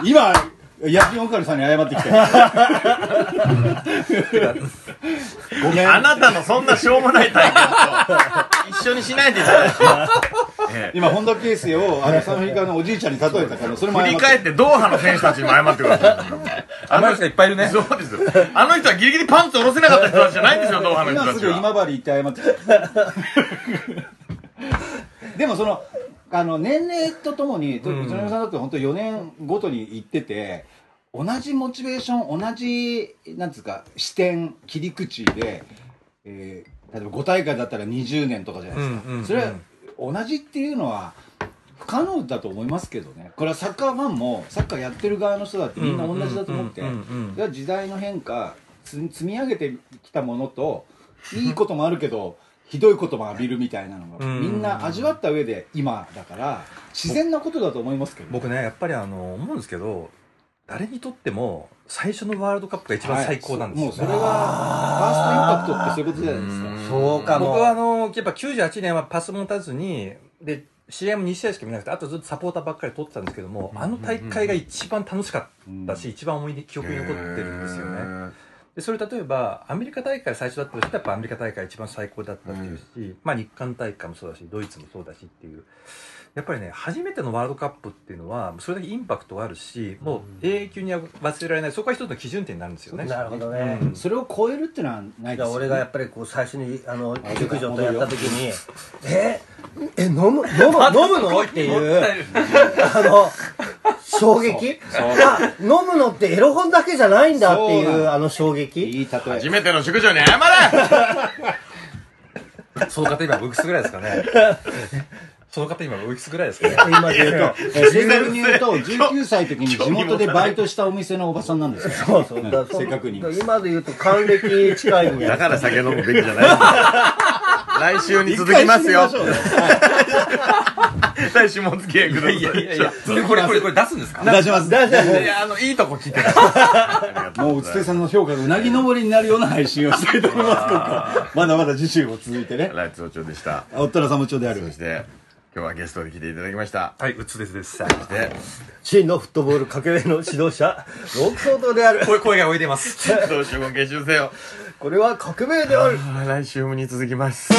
Speaker 3: 今野球オカルさんに謝ってきたよごめん
Speaker 8: あなたのそんなしょうもない体験と一緒にしないでいただいて
Speaker 3: 今本田圭佑をあのサンフリカのおじいちゃんに例えたからそれも
Speaker 8: 振り
Speaker 3: 謝って
Speaker 8: 返ってドーハの選手たちにも謝ってくださいあの人いっぱいいるねそうですよあの人はギリギリパンツ下ろせなかった人たちじゃないんですよドーハの人
Speaker 3: 今
Speaker 8: た
Speaker 3: す
Speaker 8: ち
Speaker 3: ぐ
Speaker 8: は
Speaker 3: 今治行って謝ってきた でもそのあの年齢とともに宇都宮さんだって本当4年ごとに行ってて同じモチベーション同じなんつうか視点切り口で、えー例えば5大会だったら20年とかじゃないですか、それは同じっていうのは不可能だと思いますけどねこれはサッカーファンもサッカーやってる側の人だってみんな同じだと思ってそれは時代の変化つ積み上げてきたものといいこともあるけどひどいことも浴びるみたいなのがみんな味わった上で今だから自然なことだと思いますけど
Speaker 5: 僕ねやっぱりあの思うんですけど誰にとっても最初のワールドカップが一番最高なんですよ、ね
Speaker 3: はいもうそれがファーストインパクトってそういうことじゃないですか
Speaker 4: そうかも
Speaker 5: 僕はあのやっぱ98年はパスも打たずにで試合も2試合しか見なくてあとずっとサポーターばっかり取ってたんですけども、あの大会が一番楽しかったし、一番思い出記憶に残ってるんですよね、でそれ例えばアメリカ大会最初だったとしてやっぱアメリカ大会一番最高だったっていうし、まあ、日韓大会もそうだしドイツもそうだしっていうやっぱりね初めてのワールドカップっていうのはそれだけインパクトがあるしもう永久には忘れられないそこが一つの基準点になるんですよね
Speaker 4: なるほどね、
Speaker 3: それを超えるっていうのはない
Speaker 4: い
Speaker 3: で
Speaker 4: や
Speaker 3: すよ、ね、
Speaker 4: 俺がやっぱりこう最初にあの
Speaker 3: あ
Speaker 4: 熟女とやった時に「ええ飲 む飲む飲むの?」っていうあの衝撃あ飲むのってエロ本だけじゃないんだってい
Speaker 3: そうな
Speaker 4: う
Speaker 3: の
Speaker 4: あの衝撃
Speaker 3: いい例え
Speaker 8: 初めての宿女に 謝れ
Speaker 5: その方今おいくつぐらいですか ねその方今おいくつぐらいですかね
Speaker 4: 今で言うと
Speaker 3: えー正確に言うと19歳の時に地元でバイトしたお店のおばさんなんですよ
Speaker 4: そうそうだからそ
Speaker 3: 正確に
Speaker 4: だから今で言うと還暦近いんや
Speaker 8: だから酒飲むべきじゃない
Speaker 2: 来週に続きますよ
Speaker 3: 一回締めましょうね
Speaker 2: 来週もお付き合いください
Speaker 5: いやいやいや、
Speaker 7: これこれこれこれ出すんですか
Speaker 3: 出します。出
Speaker 2: いやあのいいとこ聞いてる
Speaker 3: もう、うつてさんの評価がうなぎ登りになるような配信をしたいと思います、今回まだまだ次週も続いてね。
Speaker 2: ライツ長でした
Speaker 3: おったらさむちょである
Speaker 2: そ。して今日はゲストで来ていただきました
Speaker 5: はい、うつですです。
Speaker 2: そして
Speaker 4: 真のフットボールかけ上の指導者、ロークソードである。
Speaker 5: 声、声がおいでます。
Speaker 2: どうしようも結集せよ
Speaker 4: これは革命である。
Speaker 2: 来週もに続きます